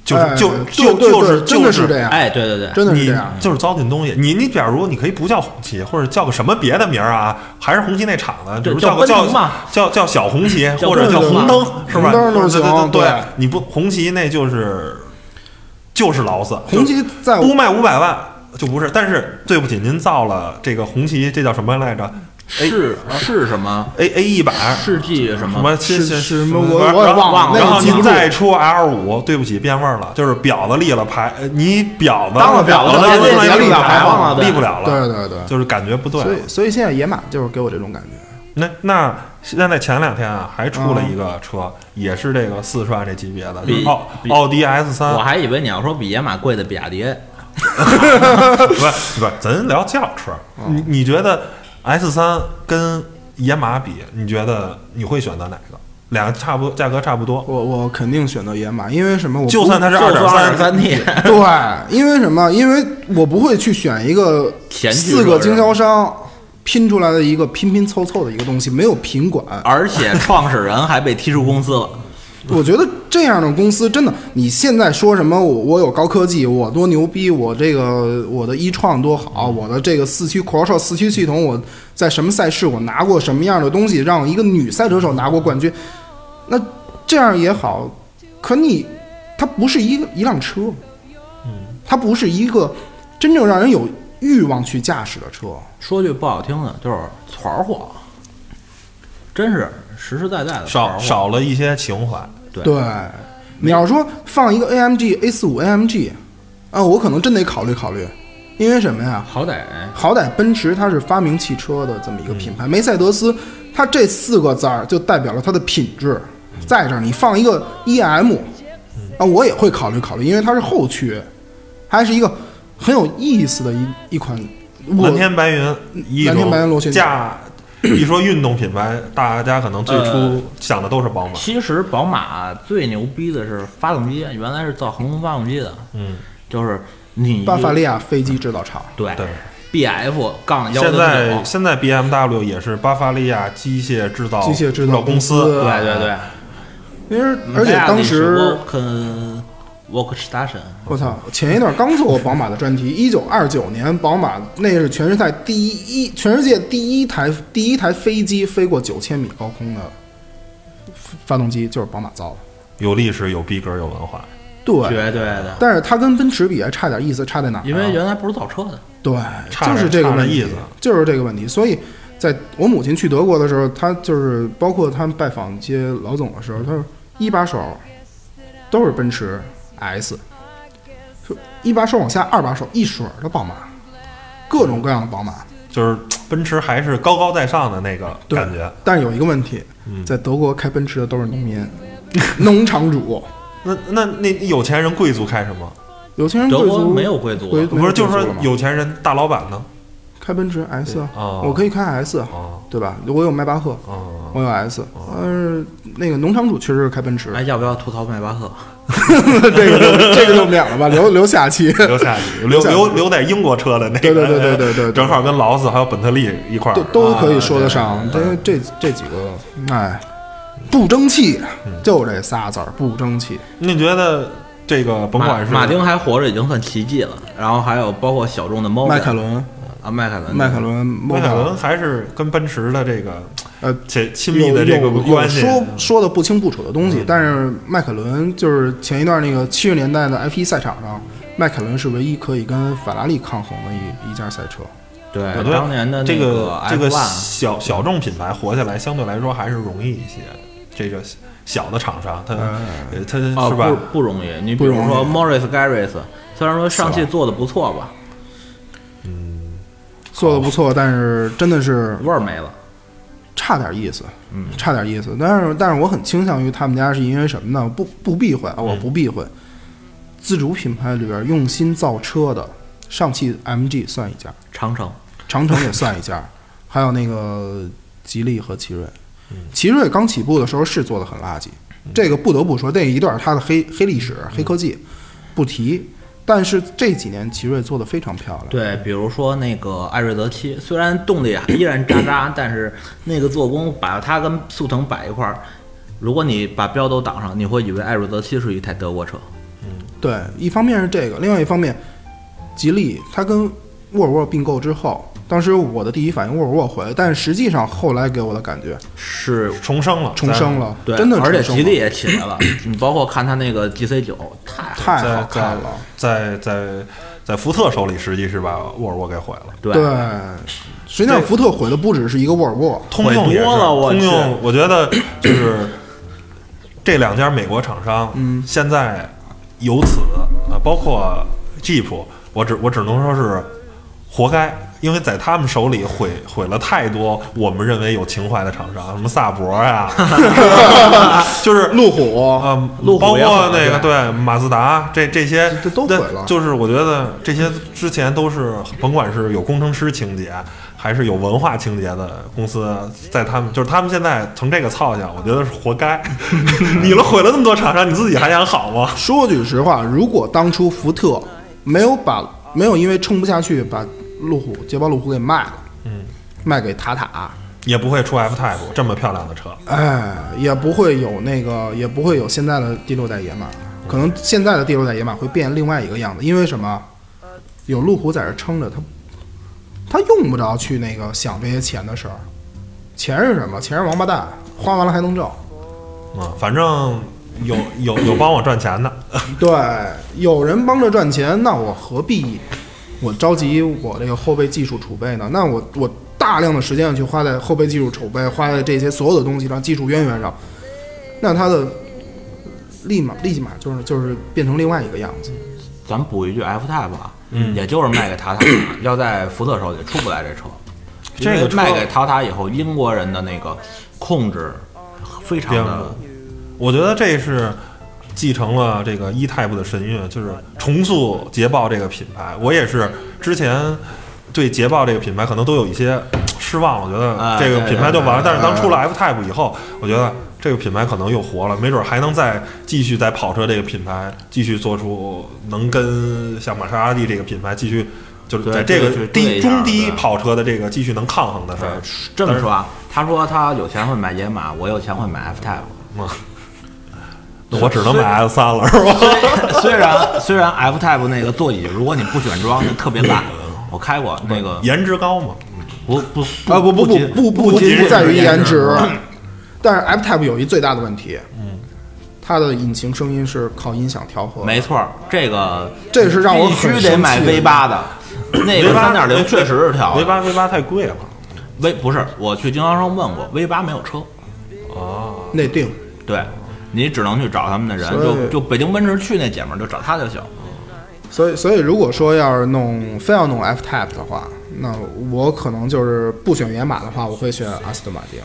S2: 就是、
S4: 哎
S2: 就
S4: 对
S2: 就
S4: 对
S2: 就
S4: 对
S2: 是
S4: 真
S2: 就
S4: 的这样，
S3: 哎，对对对，
S4: 真的是
S2: 你
S4: 这样。啊
S2: 就是糟践东西。你你假如你可以不叫红旗，或者叫个什么别的名儿啊，还是红旗那厂的，比
S3: 对
S2: 如叫个
S3: 叫奔
S2: 叫
S3: 腾嘛
S2: 叫叫小红旗，
S3: 叫
S2: 或者叫红
S3: 奔
S2: 灯
S3: 腾，
S2: 是吧？
S4: 红灯都行
S2: 对对对
S4: 对
S2: 你不红旗那就是就是劳斯，
S4: 红旗在
S2: 不卖五百万就不是。但是对不起，您造了这个红旗，这叫什么来着
S3: 是是什么？
S2: ？A A 一百。
S3: 世纪什
S2: 啊什
S3: 么？
S2: 么新
S4: 啊是
S2: 新
S4: 是
S2: 什么
S4: 我
S2: 玩意儿
S4: 我也
S2: 然后
S4: 忘了
S2: 然
S4: 那
S2: 后
S4: 个记不
S2: 您
S4: 住
S2: 再出 L 五，对不起，变味儿了，就是婊子立了牌，呃你婊子
S4: 当了婊
S2: 婊
S4: 子
S2: 子
S4: 了
S2: 立
S4: 立了牌
S2: 牌
S4: 坊
S3: 了对
S2: 立不了了。
S4: 对对对，
S2: 就是感觉不对。
S4: 所以所以现在野马就是给我这种感觉，
S2: 那那现在前两天啊，还出
S4: 嗯
S2: 了一个车，也是这个四川这级别的，就是
S3: 比
S2: 奥
S3: 比
S2: 奥迪 S 三
S3: 我，还以为你要说比野马贵的比亚迪，
S2: 不是不是，咱聊轿车。
S4: 嗯
S2: 你你觉得 S 三跟野马比，你觉得你会选择哪个？俩差不多，价格差不多。
S4: 我我肯定选择野马，因为什么？我不
S2: 就算它是
S3: 就
S2: 二
S3: 说
S2: 点
S3: 二
S2: 三，
S3: 点三 T，
S4: 对，因为什么？因为我不会去选一个
S3: 前驱
S4: 四个
S3: 是吧
S4: 经销商拼出来的一个拼拼凑凑的一个东西，没有品管。
S3: 而且创始人还被踢出公司了。
S4: 我觉得这样的公司真的，你现在说什么我我有高科技，我多牛逼，我这个我的一创多好，我的这个四驱 Quattro 四驱系统，我在什么赛事我拿过什么样的东西，让一个女赛车手拿过冠军，那这样也好，可你它不是一个一辆车，它不是一个真正让人有欲望去驾驶的车。
S3: 说句不好听的，就是团儿货，真是实实在在的团
S2: 少
S3: 儿货
S2: 少了一些情怀。
S4: 对，你要说放一个 AMG A 四五 AMG，啊，我可能真得考虑考虑，因为什么呀？
S3: 好歹
S4: 好歹奔驰它是发明汽车的这么一个品牌，梅赛德斯，它这四个字儿就代表了它的品质。在这儿，你放一个 EM，啊，我也会考虑考虑，因为它是后驱，还是一个很有意思的一一款。我
S2: 蓝天白云，一
S4: 蓝天白云螺旋桨
S2: 架。一说运动品牌，大家可能最
S3: 呃
S2: 初想的都是宝马。
S3: 其实宝马最牛逼的是发动机，原来是造航空发动机的，
S2: 嗯，
S3: 就是你
S4: 巴伐利亚飞机制造厂，
S3: 对
S2: 对
S3: BF 杠幺
S2: 现
S3: 零
S2: 在
S3: 九，
S2: 现在 BMW 也是巴伐利亚机械制造
S4: 机械制造
S2: 公
S4: 公司
S3: 对对对，
S4: 因为而且当
S3: 啊
S4: 时
S3: Work 呃 Work Station
S4: 我操，前一段刚做过宝马的专题，一九二九年宝马那是全世界第一，全世界第一台第一台飞机飞过九千米高空的发动机就是宝马造的。
S2: 有历史、有逼格、有文化。
S4: 对，
S3: 绝对的，
S4: 但是它跟奔驰比还差点意思，差在哪儿啊？
S3: 因为原来不是造车的，
S4: 对，
S2: 差
S4: 就
S2: 点
S4: 是这个问题
S2: 差点意思，
S4: 就是这个问题。所以，在我母亲去德国的时候，她就是包括他们拜访一些老总的时候，她说一把手都是奔驰 S，说一把手往下，二把手一水儿的宝马，各种各样的宝马。
S2: 就是奔驰还是高高在上的那个
S4: 对
S2: 感觉。嗯
S4: 但是有一个问题，在德国开奔驰的都是农民、 农场主、
S2: 那那那有钱人贵族开什么？
S4: 有钱人
S3: 德
S4: 贵
S3: 国
S4: 族
S3: 没有贵族啊
S4: 贵
S3: 的，
S4: 族
S2: 不是，就是
S4: 贵族
S2: 说
S4: 了吗
S2: 有钱人大老板呢？
S4: 开奔驰 S，啊
S2: 哦
S4: 我可以开 S，啊
S2: 哦
S4: 对吧？我有迈巴赫，
S2: 哦，
S4: 我有 S，嗯，那个农场主确实是开奔驰，
S3: 哎，要不要吐槽迈巴赫？
S4: 这 个就这个就免了吧，留留下期。
S2: 留下留留留在英国车的那个，
S4: 对对对对对对对
S2: 正好跟劳斯还有本特利一块儿 啊
S4: 都。都可以说得上，因为这这几个，哎，不争气，
S2: 嗯
S4: 就这仨字儿，不争气。
S2: 你觉得这个甭管是
S3: 马马丁还活着已经算奇迹了，然后还有包括小众的猫
S4: 迈凯伦，
S3: 啊，迈凯伦，
S4: 迈凯伦，
S2: 嗯迈凯伦
S4: Mocha，
S2: 还是跟奔驰的这个
S4: 呃，
S2: 亲亲密
S4: 有
S2: 的这个
S4: 有有
S2: 关系，啊嗯
S4: 说说的不清不楚的东西，但是迈凯伦就是前一段那个七十年代的 F 1赛场上，迈凯伦是唯一可以跟法拉利抗衡的一一家赛车。
S3: 对
S2: 对，
S3: 当年的
S2: 这
S3: 个
S2: 这
S3: F
S2: 个
S3: one，
S2: 小小众品牌火起来相对来说还是容易一些的。这个小的厂商，它
S4: 哎
S2: 呃它
S3: 啊，
S2: 是吧？
S3: 不不容易。你
S4: 不
S3: 比如
S4: 容易
S3: 说 Morris Garris，虽然说上汽做的不错吧，
S4: 做的不错，但是真的是
S3: 味儿没了。
S4: 差点意思，嗯，差点意思。但是，但是我很倾向于他们家，是因为什么呢？不不避讳啊，我不避讳。自主品牌里边用心造车的，上汽 MG 算一家，
S3: 长城，
S4: 长城也算一家，还有那个吉利和奇瑞。奇瑞刚起步的时候是做的很垃圾，这个不得不说，那一段它的黑黑历史、黑科技不提。但是这几年奇瑞做的非常漂亮，
S3: 对，比如说那个艾瑞泽七，虽然动力啊依然渣渣，但是那个做工把它跟速腾摆一块儿，如果你把标都挡上，你会以为艾瑞泽七是一台德国车。
S4: 对，一方面是这个，另外一方面，吉利它跟沃尔沃并购之后，当时我的第一反应沃尔沃回来，但实际上后来给我的感觉
S3: 是
S2: 重生了，
S4: 重生了，
S3: 对，
S4: 真的重
S3: 而
S4: 生了
S3: 且吉利也起来了。你包括看它那个 GC 九，太
S4: 太
S2: 在。
S4: 好看
S2: 在
S4: 了，
S2: 在在在在福特手里，实际是把沃尔沃给毁了。
S3: 对
S4: 对。实际上，福特毁的不只是一个沃尔沃，
S2: 通用
S3: 毁
S2: 也是，
S3: 多了我
S2: 通
S3: 去
S2: 用我觉得就是这两家美国厂商，嗯，现在由此呃，包括 Jeep，我只我只能说是活该，因为在他们手里毁毁了太多我们认为有情怀的厂商，什么萨博呀、 就是
S4: 呃路虎，
S2: 嗯，
S3: 路虎
S2: 包
S3: 也
S2: 括
S3: 好
S2: 那个
S3: 对
S2: 对马自达这这些
S4: 这都
S2: 对
S4: 毁了
S2: 就是我觉得这些之前都是甭管是有工程师情节，还是有文化情节的公司，在他们就是他们现在成这个操性，我觉得是活该。 你了毁了那么多厂商，你自己还想好吗？
S4: 说句实话，如果当初福特没有把没有因为撑不下去把路虎捷豹路虎给卖了，嗯，卖给塔塔，
S2: 也不会出 F Type 这么漂亮的车。
S4: 哎，也不会有那个，也不会有现在的第六代野马，可能现在的第六代野马会变另外一个样子，因为什么？有路虎在这撑着，它它用不着去那个想这些钱的事儿。钱是什么？钱是王八蛋，花完了还能挣。
S2: 嗯，反正有有有帮我赚钱的，
S4: 对，有人帮着赚钱，那我何必我着急我这个后备技术储备呢？那我我大量的时间去花在后备技术储备，花在这些所有的东西上，技术渊源上，那它的立马立马就是就是变成另外一个样子。
S3: 咱补一句 F Type 啊，
S4: 嗯
S3: 也就是卖给塔塔，要在福特手里出不来这车。
S2: 这个
S3: 因为
S2: 车
S3: 卖给塔塔以后，英国人的那个控制非常
S2: 颠
S3: 的
S2: 覆我觉得这是继承了这个一 type 的神韵，就是重塑捷豹这个品牌。我也是之前对捷豹这个品牌可能都有一些失望，我觉得
S3: 哎
S2: 这个
S3: 对
S2: 品牌就完了。
S3: 对对
S2: 但是当出了 F type 以后，我觉得这个品牌可能又活了，没准还能再继续在跑车这个品牌继续做出能跟像玛莎拉蒂这个品牌继续。就是
S3: 对
S2: 在这
S3: 对
S2: 个
S3: 对对
S2: 低
S3: 这样
S2: 中低
S3: 对
S2: 跑车的这个继续能抗衡的事儿，
S3: 这么说啊，他说他有钱会买野马，我有钱会买 F Type。
S2: 我只能买 S 三了，是 吧？
S3: 虽然虽然 F Type 那个座椅，如果你不选装，就特别烂。我开过那个，
S2: 颜值高嘛，
S3: 不不
S4: 啊不不
S3: 不
S4: 不
S3: 仅
S4: 不不
S3: 仅
S4: 仅
S3: 是
S4: 在于
S3: 颜
S4: 颜值，但是 F Type 有一最大的问题，嗯，它的引擎声音是靠音响调和，
S3: 没错儿，这个
S4: 这是让我
S3: 必须
S4: 很
S3: 得
S4: 生
S3: 买
S4: 气
S3: V 八的，那个三点零确实是调
S2: V
S3: 的。
S2: 八 V 八太贵了。
S3: V 不是，我去经销商问过，V 八没有车，
S4: 内定。
S3: 对你只能去找他们的人，
S4: 所以
S3: 就就北京奔驰去那姐们儿就找她就行。
S4: 所以，所以如果说要是弄非要弄 F Type 的话，那我可能就是不选野马的话，我会选阿斯顿马丁。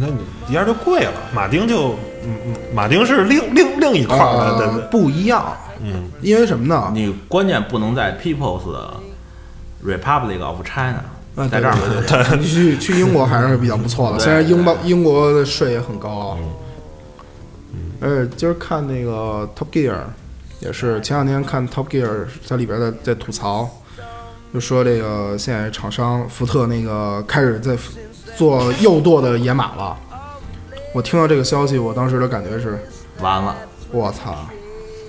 S2: 那你一下就贵了，马丁就，嗯嗯，马丁是另另另一块儿的，对
S4: 呃
S2: 对，对，
S4: 不一样，
S2: 嗯，
S4: 因为什么呢？
S3: 你关键不能在 People's 的 Republic of China，
S4: 啊
S3: 在这儿我就得
S4: 你去去英国还是比较不错的，
S3: 对嗯
S4: 虽然英镑英国的税也很高。而且今儿看那个 Top Gear，也是前两天看 Top Gear，在里边在在吐槽，就说这个现在厂商福特那个开始在做右舵的野马了。我听到这个消息，我当时的感觉是，
S3: 完了。
S4: 我操，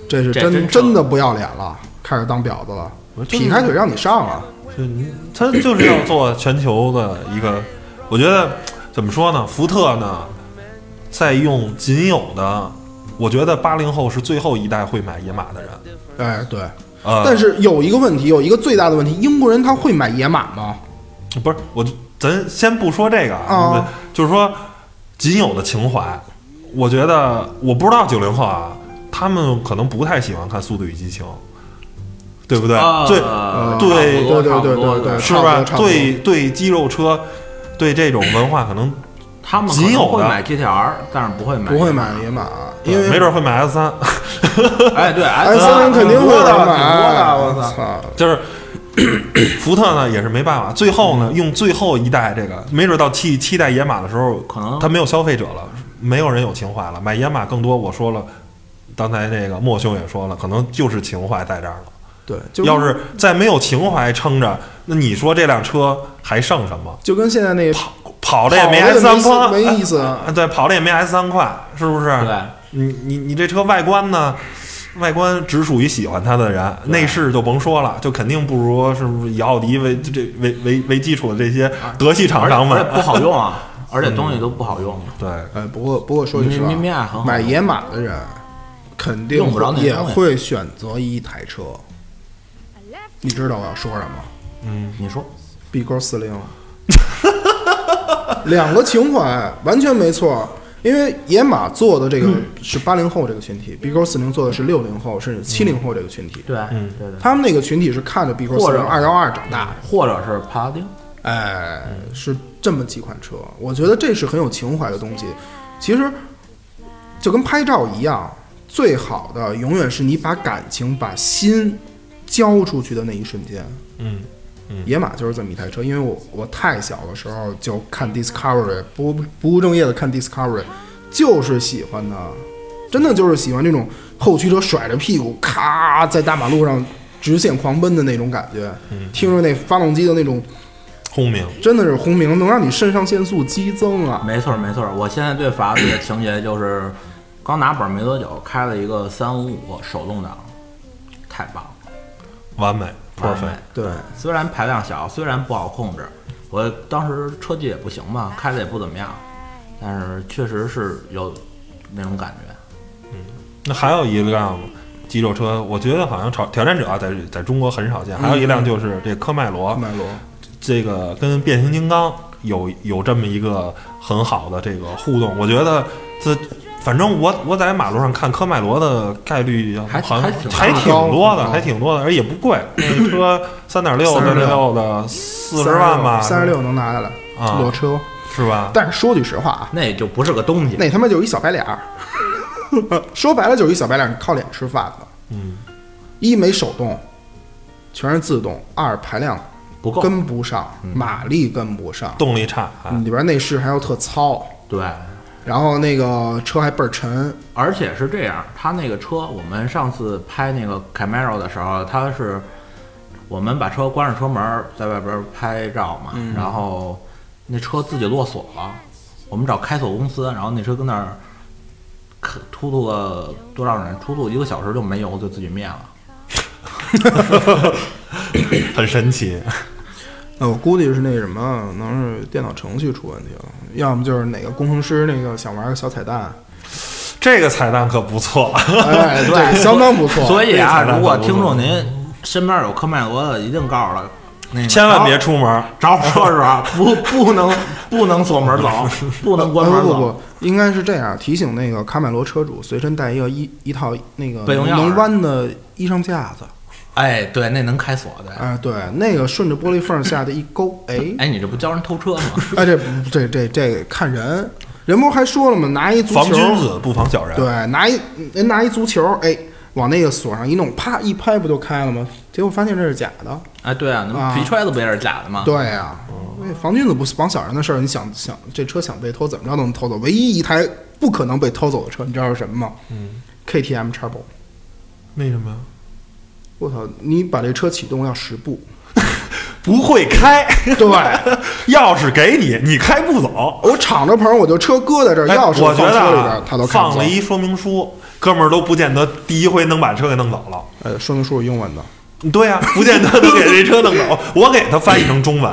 S4: 这是
S3: 这
S4: 真
S3: 真
S4: 真
S3: 成
S4: 的不要脸了，开始当婊子了，
S2: 我真
S4: 劈开腿让你上啊！
S2: 就你他就是要做全球的一个，我觉得怎么说呢？福特呢，在用仅有的，我觉得八零后是最后一代会买野马的人，
S4: 哎，对。
S2: 呃，
S4: 但是有一个问题，有一个最大的问题，英国人他会买野马吗？
S2: 不是我就，咱先不说这个
S4: 啊，
S2: 就是说仅有的情怀，我觉得我不知道九零后啊，他们可能不太喜欢看《速度与激情》，对不对？
S3: 啊
S2: 对
S4: 呃
S2: 对
S4: 对对
S3: 差不
S4: 对
S3: 多
S4: 对对，
S2: 是
S4: 差不多
S2: 吧？
S4: 差不多
S2: 对对，肌肉车，对这种文化可能
S3: 他们可
S2: 仅
S3: 能
S2: 有
S3: 会
S2: 的
S3: 买 GTR，但是不会买
S4: 不会买野马，啊因为
S2: 没准会买 S 三，
S3: 哎，对，S
S4: S 三肯定会有
S3: 的，
S4: 人
S3: 挺
S4: 买，啊哎
S3: 多的，我操！
S4: 操！
S2: 就是 福特呢也是没办法，最后呢用最后一代这个，没准到七七代野马的时候，
S3: 可能
S2: 他没有消费者了，没有人有情怀了，买野马更多。我说了，刚才那个莫兄也说了，可能就是情怀在这儿了。
S4: 对，就
S2: 要是再没有情怀撑着，那你说这辆车还剩什么？
S4: 就跟现在那
S2: 跑跑的也
S4: 跑
S2: 没
S4: 的
S2: S 三宽，
S4: 没意思啊
S2: 哎对，跑的也没 S 三快，是不是？
S3: 对，
S2: 你你你这车外观呢？外观只属于喜欢它的人，内饰就甭说了，就肯定不如是不是以奥迪为这为为为基础的这些德系厂
S3: 而且
S2: 商们
S3: 而且。不好用 啊，而且东西都不好用。
S2: 对，
S4: 呃，不过不过说句实
S3: 明明明啊
S4: 话
S3: 很好，
S4: 买野马的人肯定
S3: 用不着那
S4: 也
S3: 东西
S4: 会选择一台车。你知道我要说什么
S3: 你说，
S4: ？B 勾四零， 两个情怀完全没错。因为野马做的这
S3: 嗯
S4: 个是八零后这个群体，B 勾四零做的是六零后甚至七零后这个群体。
S3: 对，对对，
S4: 他们那个群体是看着 B 勾
S3: 嗯或
S4: 四
S3: 者
S4: 零二幺二长大的，
S3: 或者是帕拉丁，
S4: 哎，是这么几款车，我觉得这是很有情怀的东西。其实就跟拍照一样，最好的永远是你把感情、把心交出去的那一瞬间。
S2: 嗯，
S4: 野马就是这么一台车，因为我我太小的时候就看 Discovery，不不务正业的看 Discovery，就是喜欢它，真的就是喜欢这种后驱车甩着屁股咔在大马路上直线狂奔的那种感觉，
S2: 嗯
S4: 听着那发动机的那种
S2: 轰鸣。
S4: 真的是轰鸣，能让你肾上腺素激增啊！
S3: 没错没错。我现在对法拉第的情节就是，刚拿本没多久，开了一个三五五手动挡，太棒了，
S2: 完美
S3: 完
S2: ，perfect
S3: 美。
S4: 对，
S3: 虽然排量小，虽然不好控制，我当时车技也不行吧，开的也不怎么样，但是确实是有那种感觉。嗯，
S2: 那还有一辆肌肉车，我觉得好像挑挑战者啊在在中国很少见。还有一
S3: 嗯
S2: 辆就是这科迈罗，
S4: 麦罗，
S2: 这个跟变形金刚有有这么一个很好的这个互动，我觉得这反正我我在马路上看科迈罗的概率
S6: 还
S2: 好像
S6: 还挺
S2: 还
S4: 高
S2: 挺多的，
S4: 嗯
S2: 还挺多的，而且也不 贵，那车三点六、三
S4: 36
S2: 点六的四十万吧，
S4: 三十六能拿下来
S2: 啊
S4: 裸车。
S2: 是吧？
S4: 但是说句实话啊，
S3: 那就不是个东西。
S4: 那他妈就是一小白脸儿， 说白了就是一小白脸儿，你靠脸吃饭的。
S2: 嗯，
S4: 一没手动，全是自动；二排量
S3: 不够
S4: 跟不上，
S2: 嗯
S4: 马力跟不上，
S2: 动力差啊。
S4: 里边内饰还要特糙，
S3: 对，
S4: 然后那个车还倍儿沉，
S6: 而且是这样，他那个车，我们上次拍那个 Camaro 的时候，他是我们把车关上车门儿，在外边儿拍照嘛，然后那车自己落锁了，我们找开锁公司，然后那车跟那儿可突突个多少人，突突一个小时就没油，就自己灭了。
S2: 很神奇。
S4: 那我估计是那什么，可能是电脑程序出问题了，要么就是哪个工程师那个想玩个小 彩蛋，
S2: 这个彩蛋可不错，
S4: 哎，对，相当不 错。
S3: 所以啊，
S2: 这才能
S3: 如果
S2: 搞
S3: 听
S2: 懂
S3: 众您身边有科迈罗的，一定告诉他，那个
S2: 千万别出门。
S3: 着车 是吧？不，不能，不能锁门走，不能关门
S4: 哎不不
S3: 走。
S4: 不，应该是这样提醒那个卡麦罗车主随身带一个一一套那个
S3: 备用钥匙
S4: 能弯的衣裳架子，
S3: 哎，对，那能开锁的。
S4: 哎，对，那个顺着玻璃缝下的一勾，哎，
S6: 哎，你这不教人偷车吗？
S4: 哎，这不这这这看人，人不是还说了吗？拿一足
S2: 防
S4: 球，
S2: 君子不防小人。
S4: 对，拿一人拿一足球，哎，往那个锁上一弄，啪一拍不就开了吗？结果发现这是假的。
S6: 哎，对啊，
S4: 啊
S6: 那皮揣子不也是假的
S2: 啊
S6: 吗？
S4: 对啊呀、那防君子不防小人的事儿，你想想这车想被偷，怎么着都能偷走。唯一一台不可能被偷走的车，你知道是什么吗？
S2: 嗯
S4: ，KTM Turbo。
S2: 为什么呀？
S4: 我操！你把这车启动要十步，
S2: 不会开，
S4: 对
S2: 钥匙给你，你开不走。
S4: 哦我敞着棚，我就车搁在这儿，
S2: 哎
S4: 钥匙
S2: 我
S4: 放
S2: 觉
S4: 车
S2: 得
S4: 里边
S2: 啊
S4: 儿，他都看不
S2: 放
S4: 走
S2: 了。一说明书，哥们儿都不见得第一回能把车给弄走了。
S4: 呃，说明书是英文的，
S2: 对呀、不见得能给这车弄走。我给他翻译成中文，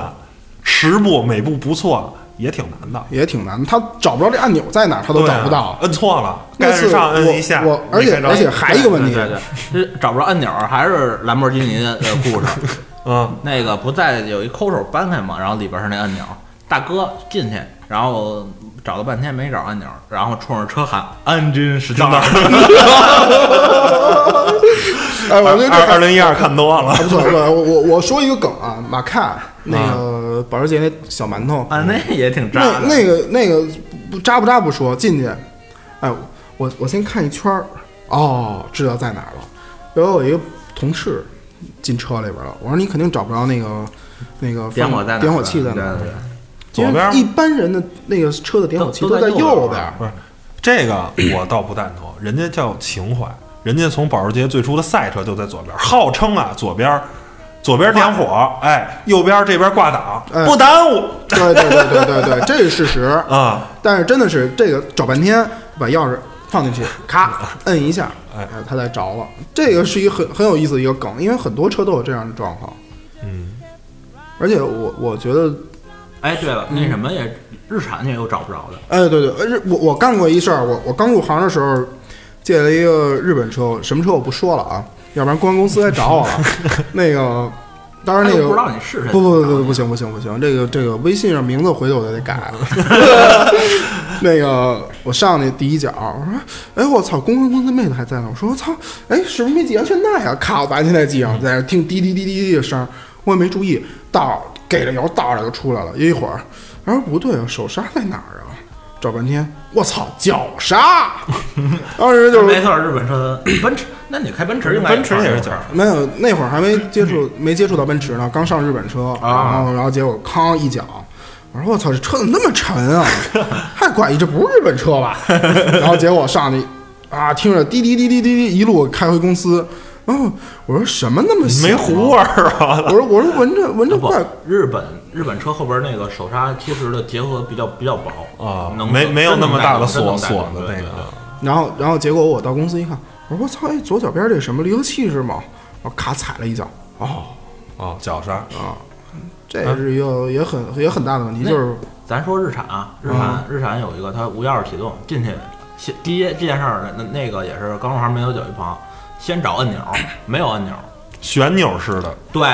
S2: 十步每步不错也挺难的，
S4: 也挺难。他找不着这按钮在哪儿，他都
S2: 对啊
S4: 找不到。
S2: 摁错了，
S4: 那
S2: 该
S4: 次
S2: 是上摁一下，
S4: 我我而且
S2: 没开着
S4: 而且还有一个问题，
S6: 对对对，这找不着按钮儿，还是兰博基尼的呃故事。
S2: 嗯，
S6: 那个不在有一抠手搬开嘛，然后里边是那按钮，大哥进去，然后找了半天没找按钮，然后冲着车喊安军是
S2: 真的。
S4: 哎，我觉得这
S2: 啊二
S4: 还
S2: 二零一二看多了
S4: 还，不错。不错我我我说一个梗啊，马看那
S2: 啊
S4: 个保时捷那小馒头，
S6: 啊，那也挺渣
S4: 那
S6: 的。
S4: 那个那个不扎不扎不说，进去，哎，我我先看一圈儿，哦，知道在哪儿了。然后我有一个同事进车里边了，我说你肯定找不着那个那个
S6: 点火在哪儿？
S4: 点火器在哪儿
S6: 对，对对
S2: 左边
S4: 因为一般人的那个车的点火器
S6: 都都
S4: 在
S6: 在
S4: 右
S6: 右边
S4: 边儿。
S2: 不是这个，我倒不赞同。人家叫情怀，人家从保时捷最初的赛车就在左边，号称啊左边，左边点火，哎，右边这边挂档，
S4: 哎
S2: 不耽误
S4: 对对对对对对，这是事实。
S2: 啊。
S4: 但是真的是这个找半天，把钥匙放进去，咔
S6: 啊
S4: 摁一下，
S2: 哎
S4: 哎，它才着了。这个是一个很很有意思的一个梗，因为很多车都有这样的状况。
S2: 嗯，
S4: 而且我我觉得，
S6: 哎，对
S4: 嗯
S6: 了，那什么也日产也有找不着的，
S4: 哎，对对，而且我我干过一事儿，我我刚入行的时候借了一个日本车，什么车我不说了啊，要不然公安公司来找 我了。那个，当然
S6: 他
S4: 那
S6: 又
S4: 个
S6: 不知道你是谁。
S4: 不不不不不行不行不行，这个这个微信上名字回头我就得改。 那个我上那第一脚，我说，哎我操，公关公司妹子还在呢。我说我操，哎是不是没系安全带啊？咔，我把安全带系上，在那听滴滴滴滴滴的声儿，我也没注意，倒给着油倒着就出来了。一会儿，然后不对啊，手刹在哪儿啊？找半天，我操，脚刹！ 当时就是
S6: 没错，日本车 奔驰，那你开奔驰应该
S2: 奔驰也是角，
S4: 没有，那会儿还没接触，没接触到奔驰呢，刚上日本车，然后然后结果康一脚，我说我操，这车怎么那么沉啊？太怪异，这不是日本车吧？然后结果上去啊，听着滴滴滴滴滴滴，一路开回公司，然后我说什么那么
S2: 没
S4: 响啊
S2: 糊味儿啊。
S4: 我说我说闻着闻着
S3: 不
S4: 怪，，
S3: 日本日本车后边那个手刹其实的结合比较比较薄
S2: 啊
S3: 能
S2: 没没有那么大的
S3: 真能
S2: 锁
S3: 带动
S2: 锁的那
S3: 对对对
S2: 个，
S4: 然后然后结果我到公司一看，我说我操，哎，左脚边这什么离合器是吗？我咔踩了一脚，哦，
S2: 哦，脚刹，
S4: 这也是一个也很也很大的问题，
S6: 那
S4: 就是
S2: 啊
S6: 咱说日产啊，日产、日产有一个它无钥匙启动，进去
S3: 先第一这件事儿，那那个也是刚入行没多久一朋友，先找按钮，没有按
S2: 啊
S3: 钮，
S2: 旋钮式的，
S3: 对，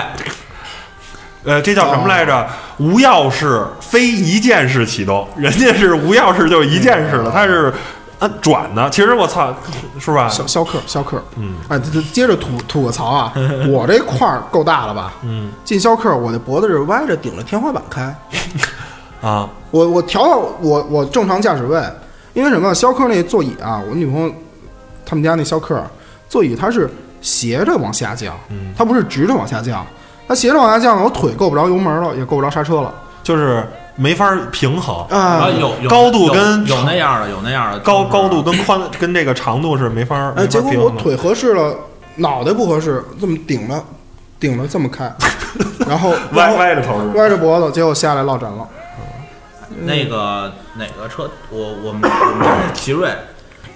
S2: 呃，这叫什么来着？无钥匙非一键式启动，人家是无钥匙就一键式
S3: 嗯
S2: 的，它是按转的。其实我操，是吧？
S4: 肖肖克，肖克，嗯，哎，这这接着吐吐个槽啊，我这块儿够大了吧？嗯，进肖克，我这脖子是歪着顶着天花板开，
S2: 啊，
S4: 我我调到我我正常驾驶位，因为什么？逍客那座椅啊，我女朋友他们家那逍客座椅，它是斜着往下降，它不是直着往下降。它斜着往下降呢，我腿够不着油门了，也够不着刹车了
S2: 就是没法平衡，
S4: 啊
S3: 啊！有有
S2: 高度
S3: 有
S2: 跟
S3: 有那样的，有那样的
S2: 高
S3: 就是
S2: 高度跟宽跟这个长度是没法没法
S4: 哎，结果
S2: 平
S4: 我
S2: 衡的。
S4: 腿合适了，脑袋不合适，这么顶着，顶着这么开，然后
S2: 歪
S4: 歪
S2: 歪着头是吧？
S4: 歪着脖子，结果下来落枕了。
S3: 那个哪个车？我我们我们家那奇瑞，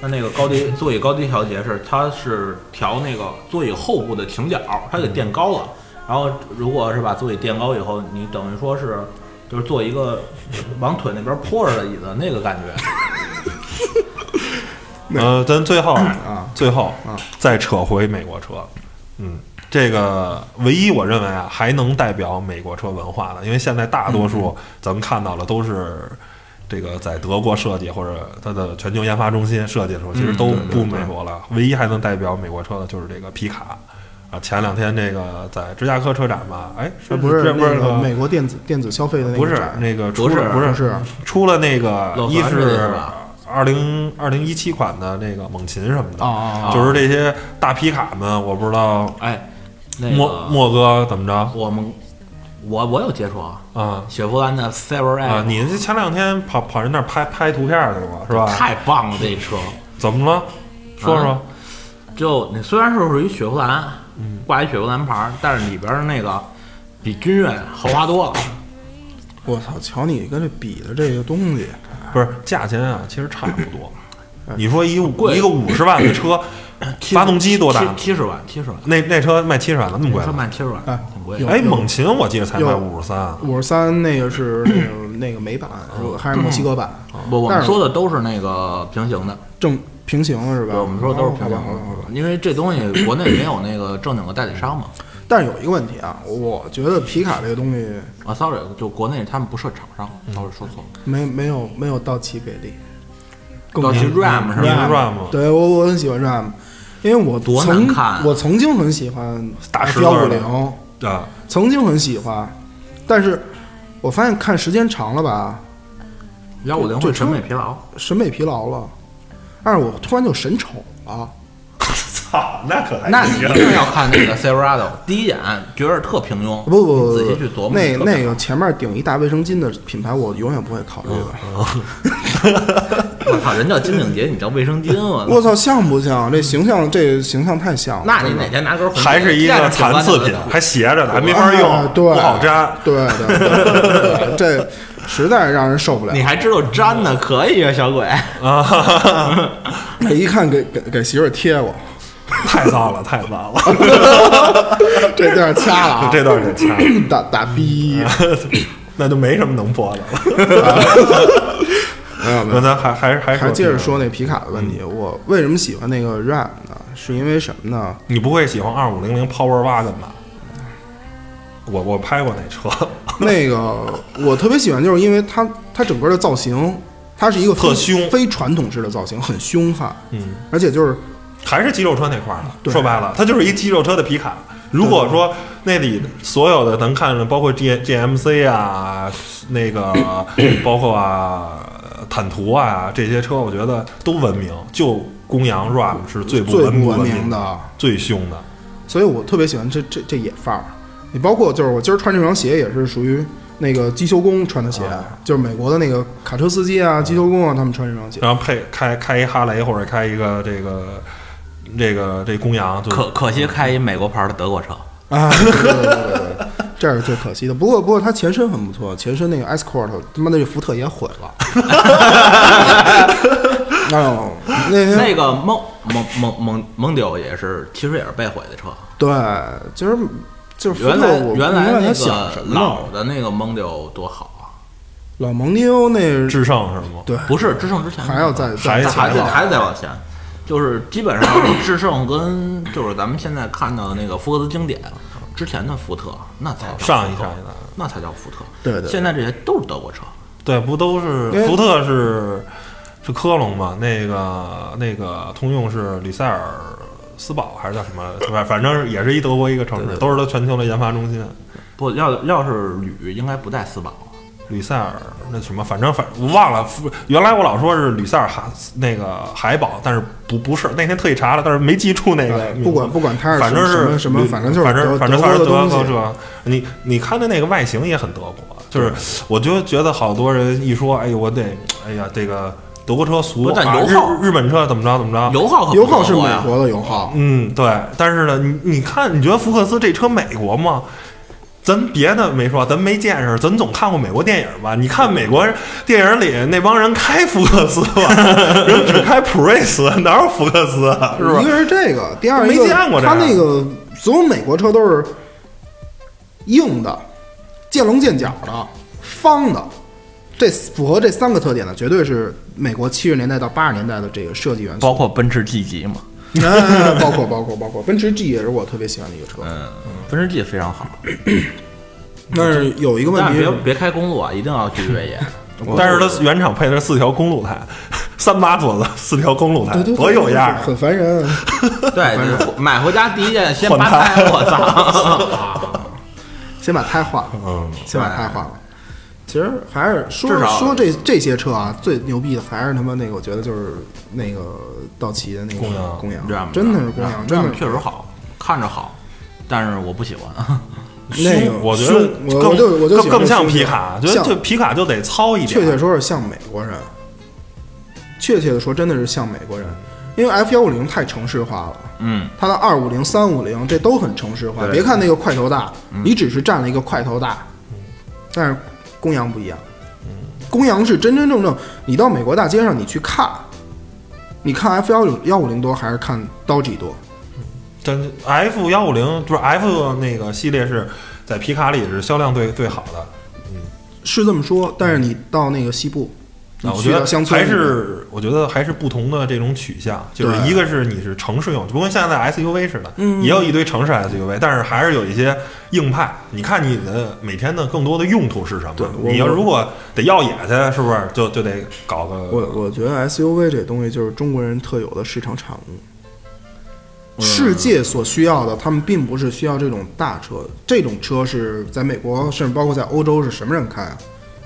S3: 它那个高低座椅高低调节是，它是调那个座椅后部的倾角，它给垫高了。然后如果是把座椅垫高以后，你等于说是就是坐一个往腿那边坡着的椅子，那个感觉。
S2: 呃，咱最后
S4: 啊，
S2: 最后
S4: 啊
S2: 再扯回美国车，嗯，这个唯一我认为啊还能代表美国车文化的，因为现在大多
S4: 嗯
S2: 数咱们看到了都是。这个在德国设计或者它的全球研发中心设计的
S4: 嗯
S2: 时候，其实都不美国了。唯一还能代表美国车的就是这个皮卡，啊，前两天这个在芝加哥车展吧，哎，
S4: 这
S2: 是
S4: 不是
S2: 这不是
S4: 那个
S2: 呃
S4: 美国电子电子消费的那个
S2: 不是
S4: 展
S2: 那个出
S3: 不
S2: 了
S3: 是
S2: 不是
S4: 不是
S2: 出了那个
S3: 洛
S2: 一
S3: 克安
S2: 是
S3: 是吧
S2: 二零二零一七款的那个猛禽什么
S3: 哦
S4: 啊
S2: 的，
S4: 啊啊！
S2: 就是这些大皮卡们，我不知道
S3: 哎，那
S2: 莫
S3: 个
S2: 莫哥怎么着
S3: 我们我我有接触啊，
S2: 啊
S3: 雪佛兰的 s e v e r
S2: 啊！
S3: X，
S2: 你这前两天跑跑人那儿拍拍图片去了吧？是吧？
S3: 太棒了，这车。
S2: 怎么了？说说
S3: 啊就你虽然是属于雪佛兰，挂一雪佛兰牌儿，但是里边儿那个比君越豪华多了。
S4: 我操，瞧你跟这比的这个东西，
S2: 不是价钱啊，其实差不多。
S3: 呃
S2: 你说一五一个五十万的 车，
S3: 70
S2: 发动机多大呢
S3: 七七十万，七十万，
S2: 那那车卖七十万，那么贵
S3: 车
S2: 了？
S3: 卖七十万
S4: 哎，
S3: 挺贵
S4: 有
S3: 的。
S2: 哎，猛禽我记得才卖
S4: 有
S2: 五十三，啊
S4: 五十三那个是那个那个美版，如果还是墨西哥版，
S3: 我我
S4: 但
S3: 们
S4: 是啊
S3: 说的都是那个平行的，
S4: 正平行了是吧？
S3: 对，我们说的都是平行
S4: 好吧好吧好吧
S3: 的，因为这东西国内没有那个正经的代理商嘛。
S4: 但是有一个问题啊，我觉得皮卡这个东西
S3: 啊，sorry，就国内他们不设厂商，sorry 说错了。
S4: 没没有没有道奇给力。
S3: 要去 RAM 是
S2: 你
S3: 吧？
S2: 嗯 RAM 吗？
S4: 对我我很喜欢 RAM，因为我
S3: 多
S4: 曾
S3: 难看啊
S4: 我曾经很喜欢
S2: 大石头
S4: 幺五
S2: 儿的
S4: 零，
S2: 啊，
S4: 曾经很喜欢，但是我发现看时间长了吧，
S3: 幺五零
S4: 这
S3: 会
S4: 车
S3: 审美疲劳，
S4: 审美疲劳了，但是我突然就审丑了。
S2: 操，那可太
S3: 那你
S2: 牛逼
S3: 一
S2: 了
S3: 定要看那个 Silverado，第一眼觉得特平庸，
S4: 不不不
S3: 你
S4: 不，
S3: 仔细去琢磨
S4: 那
S3: 特别
S4: 那个前面顶一大卫生巾的品牌，我永远不会考虑的。
S3: 嗯我操，人叫金领结，你叫卫生巾，我
S4: 我操，像不像？这形象，这形象太像了。
S3: 那你哪天拿根红
S2: 还是一个残次品，还斜着的，啊还没法用
S4: 哎，对
S2: 不好粘。
S4: 对对对对，这实在让人受不了
S3: 你。还知道粘呢？可以啊，小鬼。
S4: 那一看给给给媳妇儿 贴我，
S2: 太脏了，太脏了，
S4: 这地儿掐了啊，
S2: 这段得掐，
S4: 打打逼，
S2: 那就没什么能播的了。
S4: 没有没
S2: 那
S4: 有。
S2: 咱还还还
S4: 还接着
S2: 说
S4: 说那皮卡的问题，我为什么喜欢那个 RAM 呢？是因为什么呢？
S2: 别的，你不会喜欢二五零零 Power Wagon 吧？我我拍过那车，
S4: 那个我特别喜欢，就是因为它它整个的造型，它是一个非
S2: 特凶
S4: 非传统式的造型，很凶悍，
S2: 嗯，
S4: 而且就是
S2: 还是肌肉车那块儿的。
S4: 对
S2: 说白了，它就是一肌肉车的皮卡。如果说那里所有的能看的，包括 G G M C 啊，那 个包括啊坦途啊这些车，我觉得都文明，就公羊 RAM 是最不
S4: 最不文
S2: 明
S4: 明
S2: 的、
S4: 的，
S2: 最凶的。
S4: 所以我特别喜欢这这这野范儿。你包括就是我今儿穿这双鞋也是属于那个机修工穿的鞋，就是美国的那个卡车司机啊、机修工啊，他们穿这双鞋。
S2: 然后配开开一哈雷或者开一个这个这个这公羊，就
S3: 可可惜开一美国牌的德国车，
S4: 啊，对对对对对对，这是最可惜的。不过不过，它前身很不错，前身那个 Escort 他妈的这福特也毁了。哎呦，那天
S3: 那个蒙蒙蒙蒙蒙丢也是，其实也是被毁的车。
S4: 对，就是就是福
S3: 原
S4: 特
S3: 来
S4: 我不
S3: 原
S4: 明
S3: 来
S4: 白
S3: 那
S4: 他想
S3: 个
S4: 什么呢
S3: 老的那个蒙丢多好啊，
S4: 老蒙迪欧那
S2: 智胜是吗？
S4: 对
S3: 不是智胜之前
S4: 还要再
S2: 还得
S4: 再
S3: 那还
S2: 前
S3: 得
S2: 往
S3: 还得再往前，就是基本上智胜跟就是咱们现在看到的那个福克斯经典之前的福特，那才叫
S2: 上一
S3: 福特
S2: 上一代
S3: 那才叫福特。
S4: 对对对
S3: 现在这些都是德国车，
S2: 对，不都是
S4: 因为
S2: 福特是是科隆嘛？那个那个通用是吕塞尔斯堡还是叫什么？反反正也是一德国一个城市，都是它全球的研发中心。
S3: 不要要是铝应该不在斯堡，
S2: 吕塞尔那什么，反正反我忘了。福原来我老说是吕塞尔海那个海堡，但是不不是。那天特意查了，但是没记住那个
S4: 哎
S2: 名字。
S4: 不管不管它是
S2: 反正
S4: 什么
S2: 是
S4: 什么
S2: 吕
S4: 反正就是
S2: 反
S4: 德
S2: 正反正它是
S4: 德国的
S2: 国
S4: 东西
S2: 车。你你看它那个外形也很德国，就是我就觉得好多人一说，哎呦我得，哎呀这个德国车俗
S3: 不但
S2: 啊，
S3: 油耗
S2: 日日本车怎么着怎么
S6: 啊
S2: 着。
S3: 油耗可不
S4: 油耗
S3: 德
S4: 是
S3: 国
S4: 美
S3: 呀
S4: 国的油耗，
S2: 嗯，对，但是呢，你你看，你觉得福克斯这车美国吗？咱别的没说，咱没见识，咱总看过美国电影吧？你看美国电影里那帮人开福克斯吧， 人只开普锐斯，哪有福克斯啊？是不
S4: 一
S2: 是？
S4: 个是这个，第二一
S2: 没
S4: 个
S2: 见过这
S4: 它
S2: 样
S4: 那个所有美国车都是硬的、见棱见角的、方的，这符合这三个特点的，绝对是美国七十年代到八十年代的这个设计元素。
S6: 包括奔驰 G 级嘛，
S4: 哎 包括包括包括奔驰 G 也是我特别喜欢的一个车，
S6: 嗯，奔驰 G 非常好，
S4: 但是有一个问
S3: 但
S4: 题
S3: 是别
S4: 是，
S3: 别开公路啊，一定要去 越野。
S2: 但是它原厂配的是四条公路胎，三把锁的四条公路胎
S4: 对，对对
S2: 多有样儿！
S4: 很烦人。
S3: 对，就是买回家第一件先
S2: 换
S3: 扒
S2: 胎
S3: 胎，我操！
S4: 先把胎换了，
S2: 嗯，
S4: 先把胎换了。其实还是说
S3: 至少
S4: 说这这些车啊，最牛逼的还是他妈那个，我觉得就是那个道奇的那个
S2: 公羊
S4: 公羊
S3: 这样吧
S4: 真的是公羊，
S3: 这
S4: 真
S3: 样啊
S4: 的
S3: 确实好，看着好，但是我不喜欢。
S4: 那个
S2: 凶我觉
S4: 凶
S2: 得
S4: 我
S2: 更
S4: 我就我就喜
S2: 更
S4: 欢
S2: 更
S4: 这
S2: 像
S4: 凶
S2: 皮
S4: 劲儿
S2: 卡，觉得
S4: 像
S2: 就皮卡就得糙一点。
S4: 确切说是像美国人，确切的说真的是像美国人，因为 F 幺五零太城市化了。
S3: 嗯，
S4: 它的二五零、三五零这都很城市化。别看那个块头大，
S2: 嗯
S4: 你只是占了一个块头大，但是公羊不一样。
S2: 嗯
S4: 公羊是真真正正，你到美国大街上你去看，你看 F 幺幺五零多还是看刀 G 多？
S2: 但是 F 幺五零就是 F 那个系列是在皮卡里是销量最最好的。
S4: 是这么说，但是你到那个西部，你
S2: 啊，我
S4: 去
S2: 觉
S4: 到
S2: 得
S4: 乡村
S2: 还
S4: 里面，
S2: 是我觉得还是不同的这种取向，就是
S4: 对嗯
S2: 一个是你是城市用，就跟现在的 SUV 似的，也有一堆城市 SUV，但是还是有一些硬派。你看你的每天的更多的用途是什么
S4: 对？我
S2: 你要
S4: 我
S2: 如果得耀眼去，是不是就就得搞个？
S4: 我我觉得 SUV 这东西就是中国人特有的市场产物。
S2: 嗯
S4: 世界所需要的，他们并不是需要这种大车，这种车是在美国，甚至包括在欧洲是什么人开啊？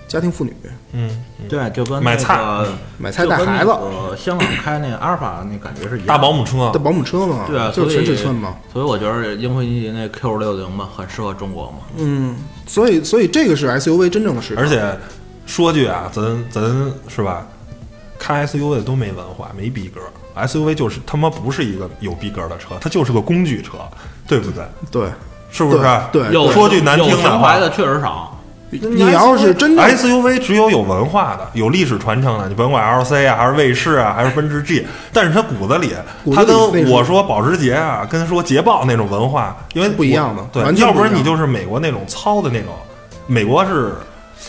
S4: 家庭妇女，
S2: 嗯，
S3: 对，就跟
S2: 买
S3: 那
S2: 菜
S3: 个
S4: 买菜带孩子，
S3: 呃，香港开那个阿尔法那感觉是一样的
S2: 大保姆车
S4: 的保姆车嘛，
S3: 对啊，
S4: 就是
S3: 所以
S4: 全尺寸嘛。。
S3: 所以我觉得英菲尼迪那 Q 六零嘛，很适合中国嘛。
S4: 嗯，所以所以这个是 SUV 真正的市场，
S2: 而且说句啊，咱咱是吧？开 SUV 的都没文化，没逼格。SUV 就是他妈不是一个有逼格的车，它就是个工具车，对不对？
S4: 对
S2: 是不是？
S4: 对对
S3: 有
S2: 说句难听
S3: 有情
S2: 话
S3: 怀，的确实少，
S4: 你要是真正
S2: SUV 只有有文化的、有历史传承的，你甭管 LC 啊，还是卫士啊，还是奔驰 G，但 是它骨子里，
S4: 骨子
S2: 它
S4: 里
S2: 跟
S4: 那是
S2: 我说保时捷啊，跟说捷豹那种文化，因为
S4: 不一样的
S2: 我对
S4: 完，全
S2: 要
S4: 不一样
S2: 然你就是美国那种糙的那种，美国是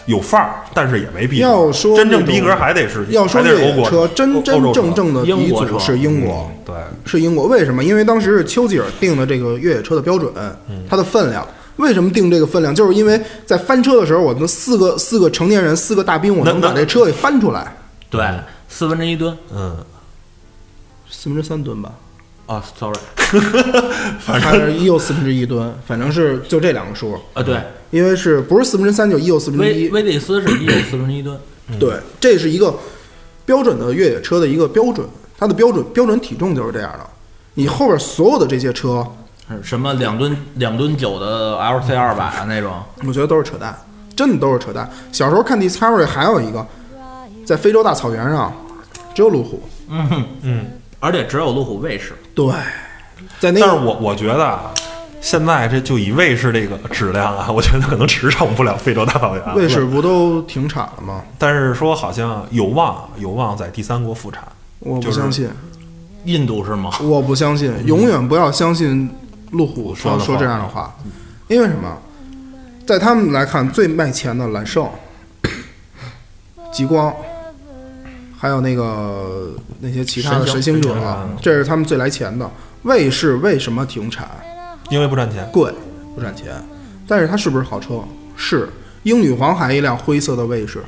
S2: 有范儿，但是也没逼格。
S4: 要说
S2: 真正
S4: 那种
S2: 逼格还得是
S4: 要说
S2: 还得是
S4: 越
S2: 欧
S4: 野
S2: 国
S4: 车，真真正正的
S3: 英
S4: 鼻
S3: 国
S4: 祖
S3: 车
S4: 是英国。
S2: 嗯对，
S4: 是英国，为什么？因为当时是丘吉尔定的这个越野车的标准，它的分量。为什么定这个分量？就是因为在翻车的时候，我们四个四个成年人，四个大兵，我能
S2: 那
S4: 把这车给翻出来，
S3: 对，四分之一吨。
S2: 嗯，
S4: 四分之三吨吧，
S3: 啊，sorry，
S4: 还是一又四分之一吨，反正是就这两个数，
S3: 啊，对，
S4: 因为是不是四分之三就一又四分之
S3: 威
S4: 一，
S3: 威利斯是一有四分之一吨，
S4: 对，这是一个标准的越野车的一个标准，它的标准标准体重就是这样的。你后边所有的这些车，
S3: 是什么两吨两吨九的 LC 二百啊那种，
S4: 我觉得都是扯淡，真的都是扯淡。小时候看 Discovery 还有一个，在非洲大草原上只有路虎，
S3: 而且只有路虎卫士。
S4: 对，在那
S2: 但是
S4: 个
S2: 我我觉得啊，现在这就以卫士这个质量啊，我觉得可能驰骋不了非洲大草原。
S4: 卫士不都停产了吗？
S2: 但是说好像有望有望在第三国复产。
S4: 我不
S2: 就是
S4: 相信，
S3: 印度是吗？
S4: 我不相信，永远不要相信路虎说嗯
S2: 说的
S4: 说这
S2: 话
S4: 样的话，因为什么？在他们来看，最卖钱的揽胜，极光，还有那个那些其他的神
S3: 神
S4: 行
S3: 行
S4: 者
S3: 神行
S4: 啊
S3: 者，
S4: 这是他们最来钱的。卫士为什么停产？
S2: 因为不赚钱。
S4: 贵，不赚钱，但是它是不是好车？是。英女皇还一辆灰色的卫士，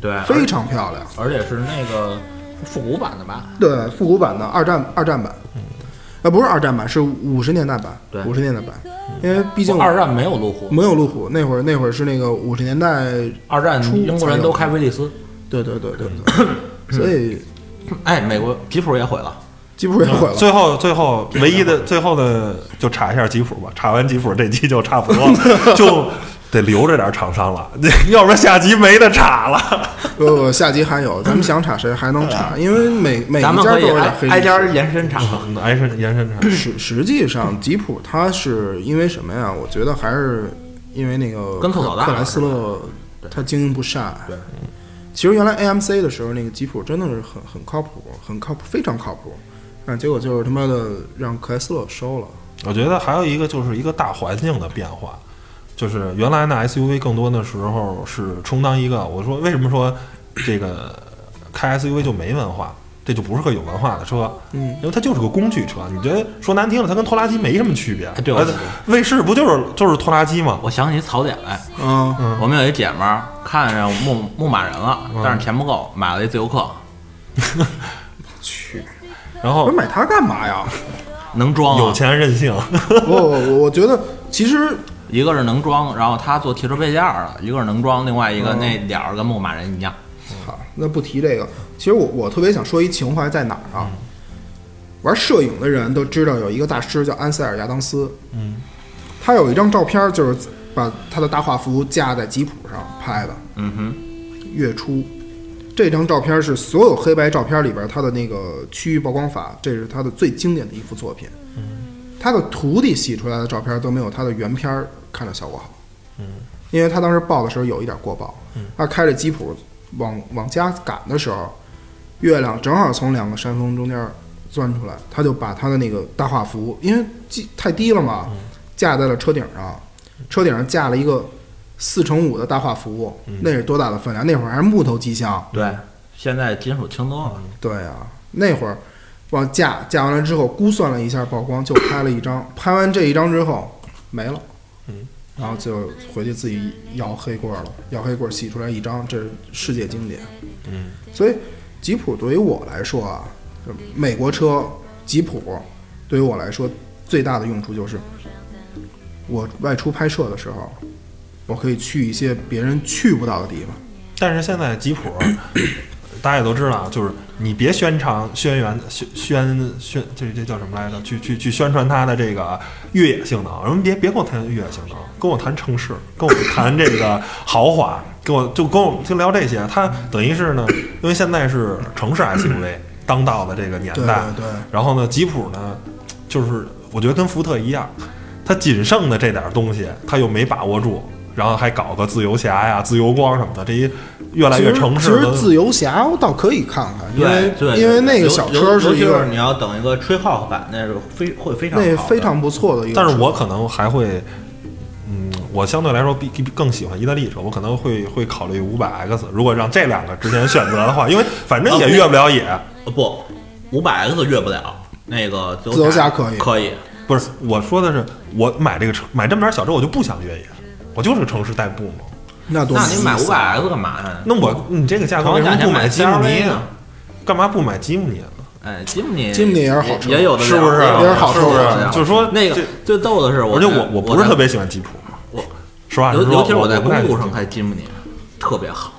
S3: 对，
S4: 非常漂亮。
S3: 而且是那个复古版的吧？
S4: 对，复古版的二战二战版，
S6: 嗯
S4: 呃，不是二战版，是五十年代版
S3: 对，
S4: 五十年代版，因为毕
S6: 哦
S4: 竟
S3: 二战没有路虎，
S4: 没有路虎，那会儿那会儿是那个五十年代，
S3: 二战英国人都开威利斯，
S4: 对对对 对对，所以
S3: 哎，美国吉普也毁了，
S4: 吉普也毁
S6: 嗯
S4: 了。
S2: 最后，最后唯一的最后的就查一下吉普吧，查完吉普这期就差不多了，就得留着点厂商了， 要不然下集没得查了。
S4: 不不，下集还有，咱们想查谁还能查，因为每每一
S6: 咱
S4: 家
S6: 们
S4: 都
S6: 可以
S4: 有点
S6: 挨
S4: 黑
S6: 挨
S4: 历史
S6: 家延伸查。
S4: 嗯
S2: 延伸延伸厂，
S4: 实实际上，吉普它是因为什么呀？我觉得还是因为那个
S3: 跟特
S4: 克
S3: 老大
S4: 克莱斯勒他经营不善。对，其实原来 AMC 的时候，那个吉普真的是很很靠谱，很靠谱，非常靠谱。但结果就是他妈的让克莱斯勒收了。
S2: 我觉得还有一个就是一个大环境的变化，就是原来那 SUV 更多的时候是充当一个，我说为什么说这个开 SUV 就没文化，这就不是个有文化的车，
S4: 嗯，
S2: 因为它就是个工具车。你觉得说难听了，它跟拖拉机没什么区别。
S3: 哎对
S2: 呃
S3: 我
S2: 卫士不就是就是拖拉机吗？
S6: 我想起槽点来，
S4: 啊、
S3: 嗯
S6: 我们有一姐们儿看上牧牧马人了，
S4: 嗯
S6: 但是钱不够，买了一自由客，
S2: 然
S4: 我
S2: 后
S4: 说买它干嘛呀？
S6: 能
S3: 哦
S6: 装啊
S2: 有钱任性，
S4: 我我我觉得其实
S6: 一个是能装，然后他做汽车配件儿的，一个是能装，另外一
S4: 嗯
S6: 个那脸儿跟牧马人一样。
S4: 好，那不提这个。其实我我特别想说一情怀在哪儿啊？玩摄影的人都知道有一个大师叫安塞尔·亚当斯，嗯，他有一张照片儿就是把他的大画幅架在吉普上拍的，嗯哼，月初。这张照片是所有黑白照片里边他的那个区域曝光法，这是他的最经典的一幅作品。他的徒弟洗出来的照片都没有他的原片儿看着效果好。因为他当时报的时候有一点过曝，他开着吉普往往家赶的时候，月亮正好从两个山峰中间钻出来，他就把他的那个大画幅，因为机太低了嘛，架在了车顶上，车顶上架了一个四乘五的大画幅，那是多大的分量？那会儿还是木头机箱，
S3: 对，
S6: 现在金属轻多了，
S4: 对啊，那会儿往架架完了之后，估算了一下曝光，就拍了一 张，拍完这一张之后没了，嗯，然后就回去自己摇黑棍儿了，摇黑棍儿洗出来一张，这是世界经典，嗯，所以吉普对于我来说啊，就美国车吉普对于我来说最大的用处就是，我外出拍摄的时候，我可以去一些别人去不到的地方。
S2: 但是现在吉普，大家也都知道，就是你别宣传、宣扬、宣宣宣，这这叫什么来着？去去去宣传它的这个越野性能。人们别别跟我谈越野性能，跟我谈城市，跟我谈这个豪华，跟我就跟我就聊这些。它等于是呢，因为现在是城市 SUV 当道的这个年
S4: 对
S2: 代，
S4: 对对
S2: 然后呢，吉普呢，就是我觉得跟福特一样，它仅剩的这点东西，它又没把握住，然后还搞个自由侠呀、自由光什么的，这一越来越城市
S4: 其实
S2: 的
S4: 自由侠我倒可以看看，因
S3: 对
S4: 为
S3: 对，
S4: 因为那个小车
S3: 尤尤
S4: 是
S3: 其
S4: 一
S3: 是
S4: 个
S3: 你要等一个吹号版，那是非会非常
S4: 那
S3: 好的
S4: 非常不错的一个车。
S2: 但是我可能还会，嗯，我相对来说比比更喜欢意大利车，我可能会会考虑五百 X。如果让这两个之前选择的话，因为反正
S6: 哦
S2: 也越不了野，
S3: 呃不五百 X 越不了，那个自
S4: 自由
S3: 侠
S4: 侠可以
S3: 可以，
S2: 不是我说的是，我买这个车买这么点小车，我就不想越野，我就是城市代步嘛。
S4: 那多
S3: 那
S4: 没意
S3: 你
S4: 思
S3: 买五百 X 干嘛呀？
S2: 那
S6: 哦
S2: 我你这个价格为什么不买吉姆尼呢？干嘛不买吉姆尼啊呢？
S6: 哎，吉姆尼，
S4: 吉姆尼也是好车
S6: 也有的
S2: 是不是
S6: 聊
S4: 也是好车
S6: 有的
S4: 是不
S6: 聊
S2: 就是说
S6: 那个
S2: 这
S6: 最逗的是，
S2: 而且我
S6: 我
S2: 不是
S6: 在
S2: 特，别喜欢吉普，
S6: 我
S2: 实话实
S6: 尤
S2: 说，
S6: 尤其是
S2: 我
S6: 在
S2: 不太
S6: 公路上
S2: 喜欢
S6: 开吉姆尼，特别好，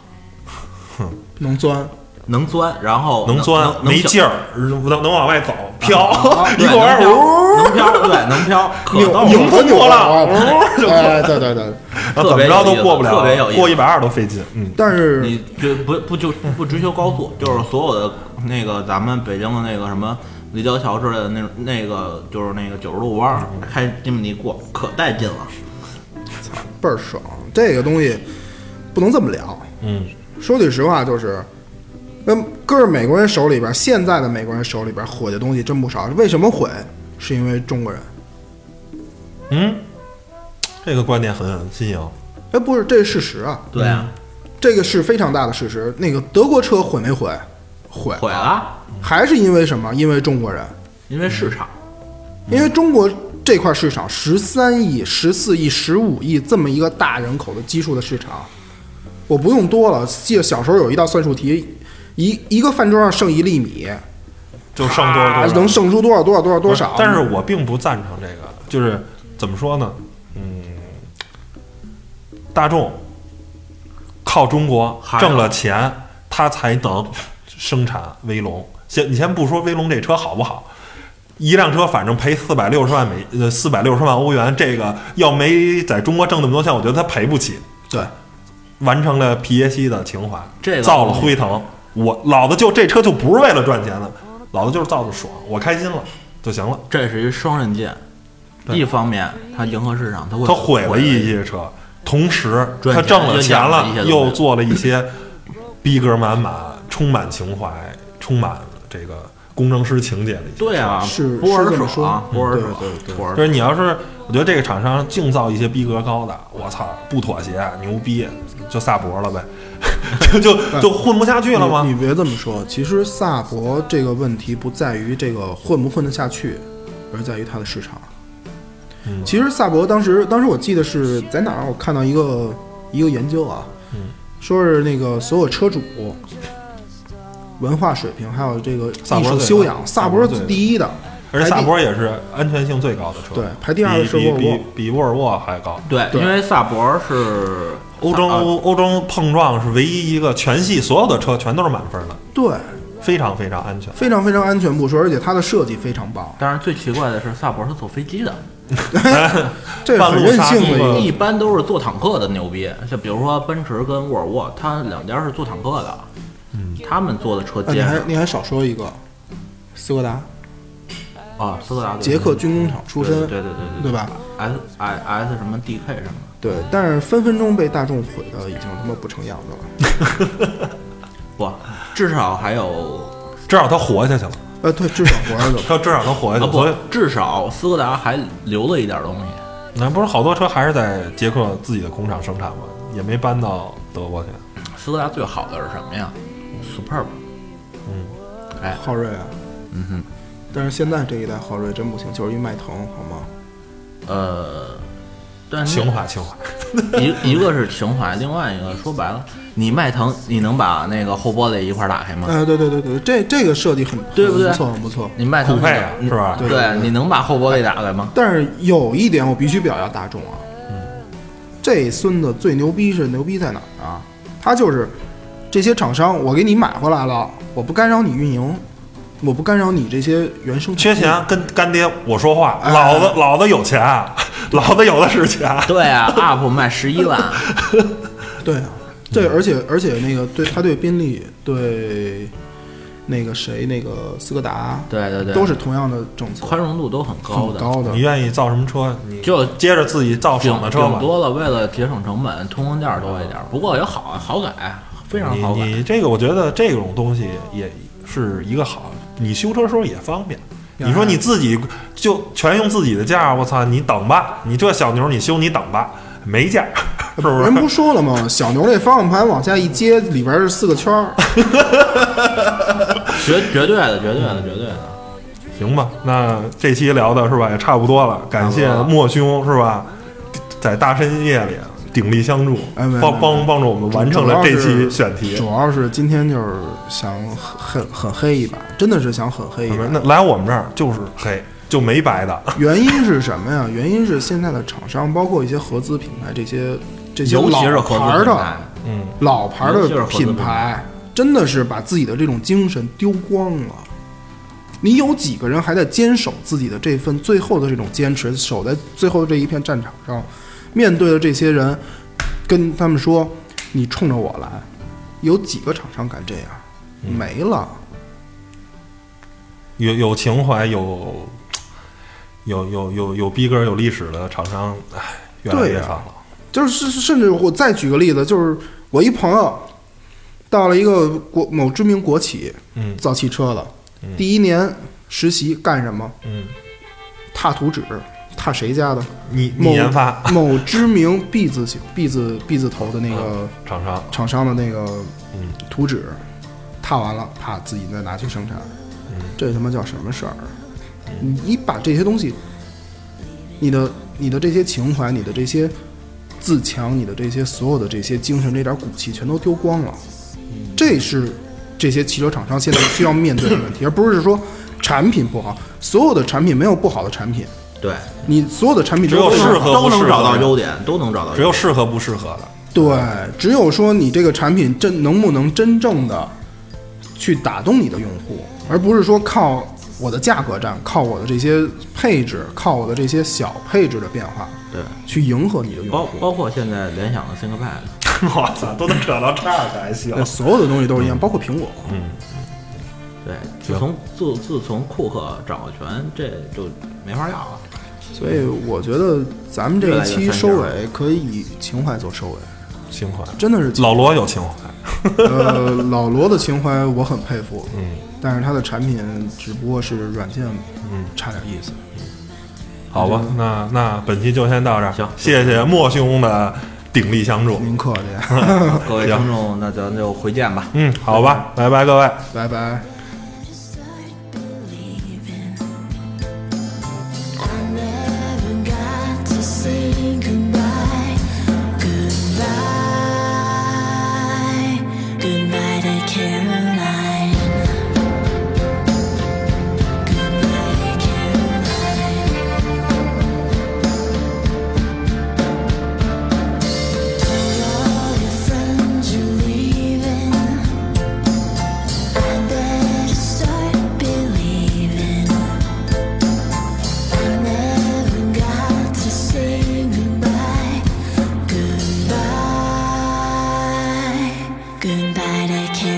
S4: 能钻，
S6: 能钻，然后
S2: 能钻
S6: 能
S2: 没劲
S6: 儿，
S2: 儿，能能往外走，飘一
S6: 对
S2: 会
S6: 能飘
S2: 儿。
S6: 能飘，对，能飘，可
S4: 扭
S6: 逗了
S4: 扭
S2: 不
S4: 都扭
S2: 过了
S4: 了，啊哎，对 对对。
S2: 然后
S6: 特
S2: 怎么
S6: 别
S2: 着
S6: 有
S2: 都
S6: 意思
S2: 过不了，
S6: 特别有意思
S2: 过一百二都费劲。嗯，
S4: 但是
S6: 你就不不就不追求高速，就是所有的那个咱们北京的那个什么立交桥之类的那种那个就是那个九十度弯儿
S4: 嗯
S6: 开吉姆尼过可带劲了，
S4: 倍儿爽，这个东西不能这么聊。
S2: 嗯，
S4: 说句实话，就是那搁着美国人手里边，现在的美国人手里边毁的东西真不少。为什么毁？是因为中国人。
S2: 嗯，这个观点很新颖。
S4: 哎，不是，这是事实啊。
S6: 对啊，
S4: 这个是非常大的事实。那个德国车毁没毁？毁，
S3: 毁了，
S4: 还是因为什么？因为中国人，
S3: 因为市场。
S4: 嗯因为中国这块市场十三亿、十四亿、十五亿这么一个大人口的基数的市场，我不用多了。记得小时候有一道算术题，一一个饭桌上剩一粒米，
S2: 就剩多少
S4: 啊
S2: 多少
S4: 能剩出多少多少多少多少？嗯
S2: 但是我并不赞成这个，就是怎么说呢？嗯，大众靠中国
S3: 还有
S2: 挣了钱，他才能生产威龙。先你先不说威龙这车好不好，一辆车反正赔四百六十万美呃四百六十万欧元，这个要没在中国挣那么多钱，我觉得他赔不起。
S4: 对，
S2: 完成了皮耶希的情怀，
S3: 这个
S2: 造了辉腾。我老子就这车就不是为了赚钱的，老子就是造的爽，我开心了就行了。
S6: 这是一双刃剑。
S2: 对
S6: 一方面，它迎合市场，它会
S2: 他毁了
S6: 一
S2: 一些车，同时
S6: 赚
S2: 他
S6: 钱
S2: 挣了钱
S6: 又养了
S2: 了
S6: 一，些东西
S2: 又做了一些逼格满满、充满情怀、充满这个工程师情节的一些。
S3: 对啊，
S4: 是
S3: 波
S4: 是
S3: 尔
S4: 这么
S3: 爽
S4: 说
S3: 啊，波尔
S4: 对
S3: 爽，波尔
S2: 就是你要是我觉得这个厂商净造一些逼格高的，我操，不妥协，牛逼，就萨博了呗， 就就就混不下去了
S4: 你
S2: 吗？
S4: 你别这么说，其实萨博这个问题不在于这个混不混得下去，而在于它的市场。
S2: 嗯
S4: 其实萨博当时，当时我记得是在哪儿，我看到一个一个研究啊，
S2: 嗯
S4: 说是那个所有车主文化水平还有这个
S2: 萨
S4: 艺
S2: 博
S4: 术
S2: 最
S4: 修
S2: 高
S4: 养，
S2: 萨
S4: 萨
S2: 博
S4: 博是
S2: 最高
S4: 第一的，
S2: 而且萨博也是安全性最高的车，
S4: 对，排第二的是
S2: 比
S4: 沃尔
S2: 比
S4: 沃
S2: 比。比沃尔沃还高。
S3: 对，
S4: 对
S3: 因为萨博是
S2: 欧洲
S4: 啊
S2: 欧洲碰撞是唯一一个全系所有的车全都是满分的，
S4: 对，
S2: 非常非常安全。
S4: 非常 非常安全不说，而且它的设计非常棒，
S6: 但是最奇怪的是，萨博是坐飞机的，
S4: 这是
S2: 半
S4: 很
S2: 路
S4: 任
S2: 杀
S4: 性
S2: 出
S4: 的一
S2: 个
S4: 个。
S6: 一般都是坐坦克的牛逼。就比如说奔驰跟沃尔沃，它两家是坐坦克的，
S2: 嗯
S6: 他们坐的车
S4: 啊你
S6: 结
S4: 还
S6: 实
S4: 你还少说一个，斯柯达。
S6: 啊，斯柯达对
S4: 捷克军工厂出身，
S6: 对对对对
S4: 对吧
S6: ？S I S 什么 D K 什么的，
S4: 对但是分分钟被大众毁的已经他妈不成样子了。
S6: 不，至少还有
S2: 至少他活下去了，
S4: 呃，对，至少活着 的
S2: 他至少他活下
S6: 啊
S2: 去了。所
S6: 不
S2: 以，
S6: 至少斯柯达还留了一点东西。
S2: 那不是好多车还是在捷克自己的工厂生产吗？也没搬到德国去。
S6: 斯柯达最好的是什么呀？Superb，
S4: 昊锐啊，嗯哼。但是现在这一代昊锐真不行，就是一迈腾，好吗？
S6: 呃，
S4: 嗯
S6: 但是
S2: 情怀情怀，
S6: 一一个是情怀，另外一个说白了，你迈腾你能把那个后玻璃一块儿打开吗？
S4: 哎，对对对对，这这个设计很
S6: 对不对
S4: 很不错，很不错。
S6: 你迈腾
S2: 酷配啊
S6: 你
S2: 是吧
S6: 对，
S4: 对对对
S6: 你能把后玻璃打开 吗？
S4: 但是有一点我必须表扬大众啊，这孙子最牛逼是牛逼在哪儿啊？他就是这些厂商，我给你买回来了，我不干扰你运营，我不干扰你这些原生产
S2: 缺
S4: 物
S2: 钱跟干爹我说 话，
S4: 哎
S2: 老子老子有钱，啊 老子有的是 钱。
S6: 对啊，UP 卖十一万，
S4: 对啊，
S6: 嗯
S4: 对，而且而且那个对他对宾利对那个谁那个斯柯达
S6: 对对对，
S4: 都是同样的政策，
S6: 宽容度都很高
S4: 很
S6: 的，
S4: 高
S2: 你
S4: 的。
S2: 愿意造什么车，你
S6: 就
S2: 接着自己造
S6: 顶
S2: 爽的车吧
S6: 顶。多了，为了节省成本，通风件儿多一点儿。不过也好啊好改，非常
S2: 你
S6: 好改。
S2: 你这个，我觉得这种东西也是一个好，你修车时候也方便。你说你自己就全用自己的价，我操，你等吧，你这小牛你修你等吧，没价，是不
S4: 人不
S2: 是？
S4: 说了吗？小牛那方向盘往下一接，里边是四个圈儿。
S6: 绝绝对的，绝对的，绝对的。
S2: 行吧，那这期聊的是吧也差不多了，感谢莫兄是吧，在大深夜里鼎力相助
S4: 哎没，
S2: 帮
S4: 没
S2: 帮帮助我们 完成了这期选题。
S4: 主要是今天就是想很很很黑一把，真的是想很黑一把。
S2: 那来我们这儿就是黑，就没白的。
S4: 原因是什么呀？原因是现在的厂商，包括一些合资品牌，这些这些
S6: 尤
S4: 老
S6: 其是合
S4: 牌
S6: 资品
S4: 儿的
S6: 牌，
S2: 嗯，
S4: 老牌儿
S6: 尤其是
S4: 的
S6: 合资品
S4: 品牌，真的是把自己的这种精神丢光了。你有几个人还在坚守自己的这份最后的这种坚持，守在最后这一片战场上？面对的这些人，跟他们说：“你冲着我来。”有几个厂商敢这样？没了。
S2: 有有情怀、有有有有有逼格、有历史的厂商，唉，越来
S4: 对
S2: 越
S4: 啊
S2: 少了。
S4: 就是甚至我再举个例子，就是我一朋友到了一个国某知名国企
S2: 嗯
S4: 造汽车的，第一年实习干什么？
S2: 嗯，
S4: 踏图纸，他谁家的？
S2: 你
S4: 某
S2: 你研发
S4: 某知名 B 字形 B 字 B 字头的那个
S2: 厂商，
S4: 厂商的那个
S2: 嗯
S4: 图纸，踏完了，啪，自己再拿去生产，
S2: 嗯
S4: 这他妈叫什么事儿啊？你你把这些东西，你的你的这些情怀，你的这些自强，你的这些所有的这些精神，这点骨气全都丢光了，
S2: 嗯
S4: 这是这些汽车厂商现在需要面对的问 题，而不是说产品不好，所有的产品没有不好的产品，
S3: 对，
S4: 你所有的产品
S2: 只有
S4: 都
S2: 适合
S3: 都
S2: 不适
S3: 能
S2: 合
S3: 找到
S2: 人
S3: 优点，都能找到优
S2: 只
S3: 点。
S2: 有适合不适合的。
S4: 对，只有说你这个产品真能不能真正的去打动你的用户，而不是说靠我的价格战，靠我的这些配置，靠我的这些小配置的变化
S3: 对，
S4: 去迎合你的用
S6: 包
S4: 户。
S6: 包括现在联想的 ThinkPad，
S2: 我操，都能扯到这儿去，还行
S4: 那所有的东西都是一样，包括苹果。
S6: 对，自从自自从库克掌握权，这就没法要了。
S4: 所以我觉得咱们这一期
S6: 越来越
S4: 收
S6: 三角
S4: 尾可以以情怀做收尾，
S2: 情怀。
S4: 真的是情
S2: 老罗有情怀，
S4: 呃，老罗的情怀我很佩服，嗯，但是他的产品只不过是软件，嗯，差点意思。
S2: 好吧，
S4: 嗯
S2: 那那本期就先到这儿，
S6: 行
S2: 谢谢莫兄的鼎力相助，
S4: 您客气，
S6: 各位
S2: 行
S6: 听众，那咱就回见吧。
S2: 嗯，好吧，拜拜各位。
S4: 拜拜。
S7: leaving I better start believing I never got to say goodbye, goodbye, goodbye. I can't.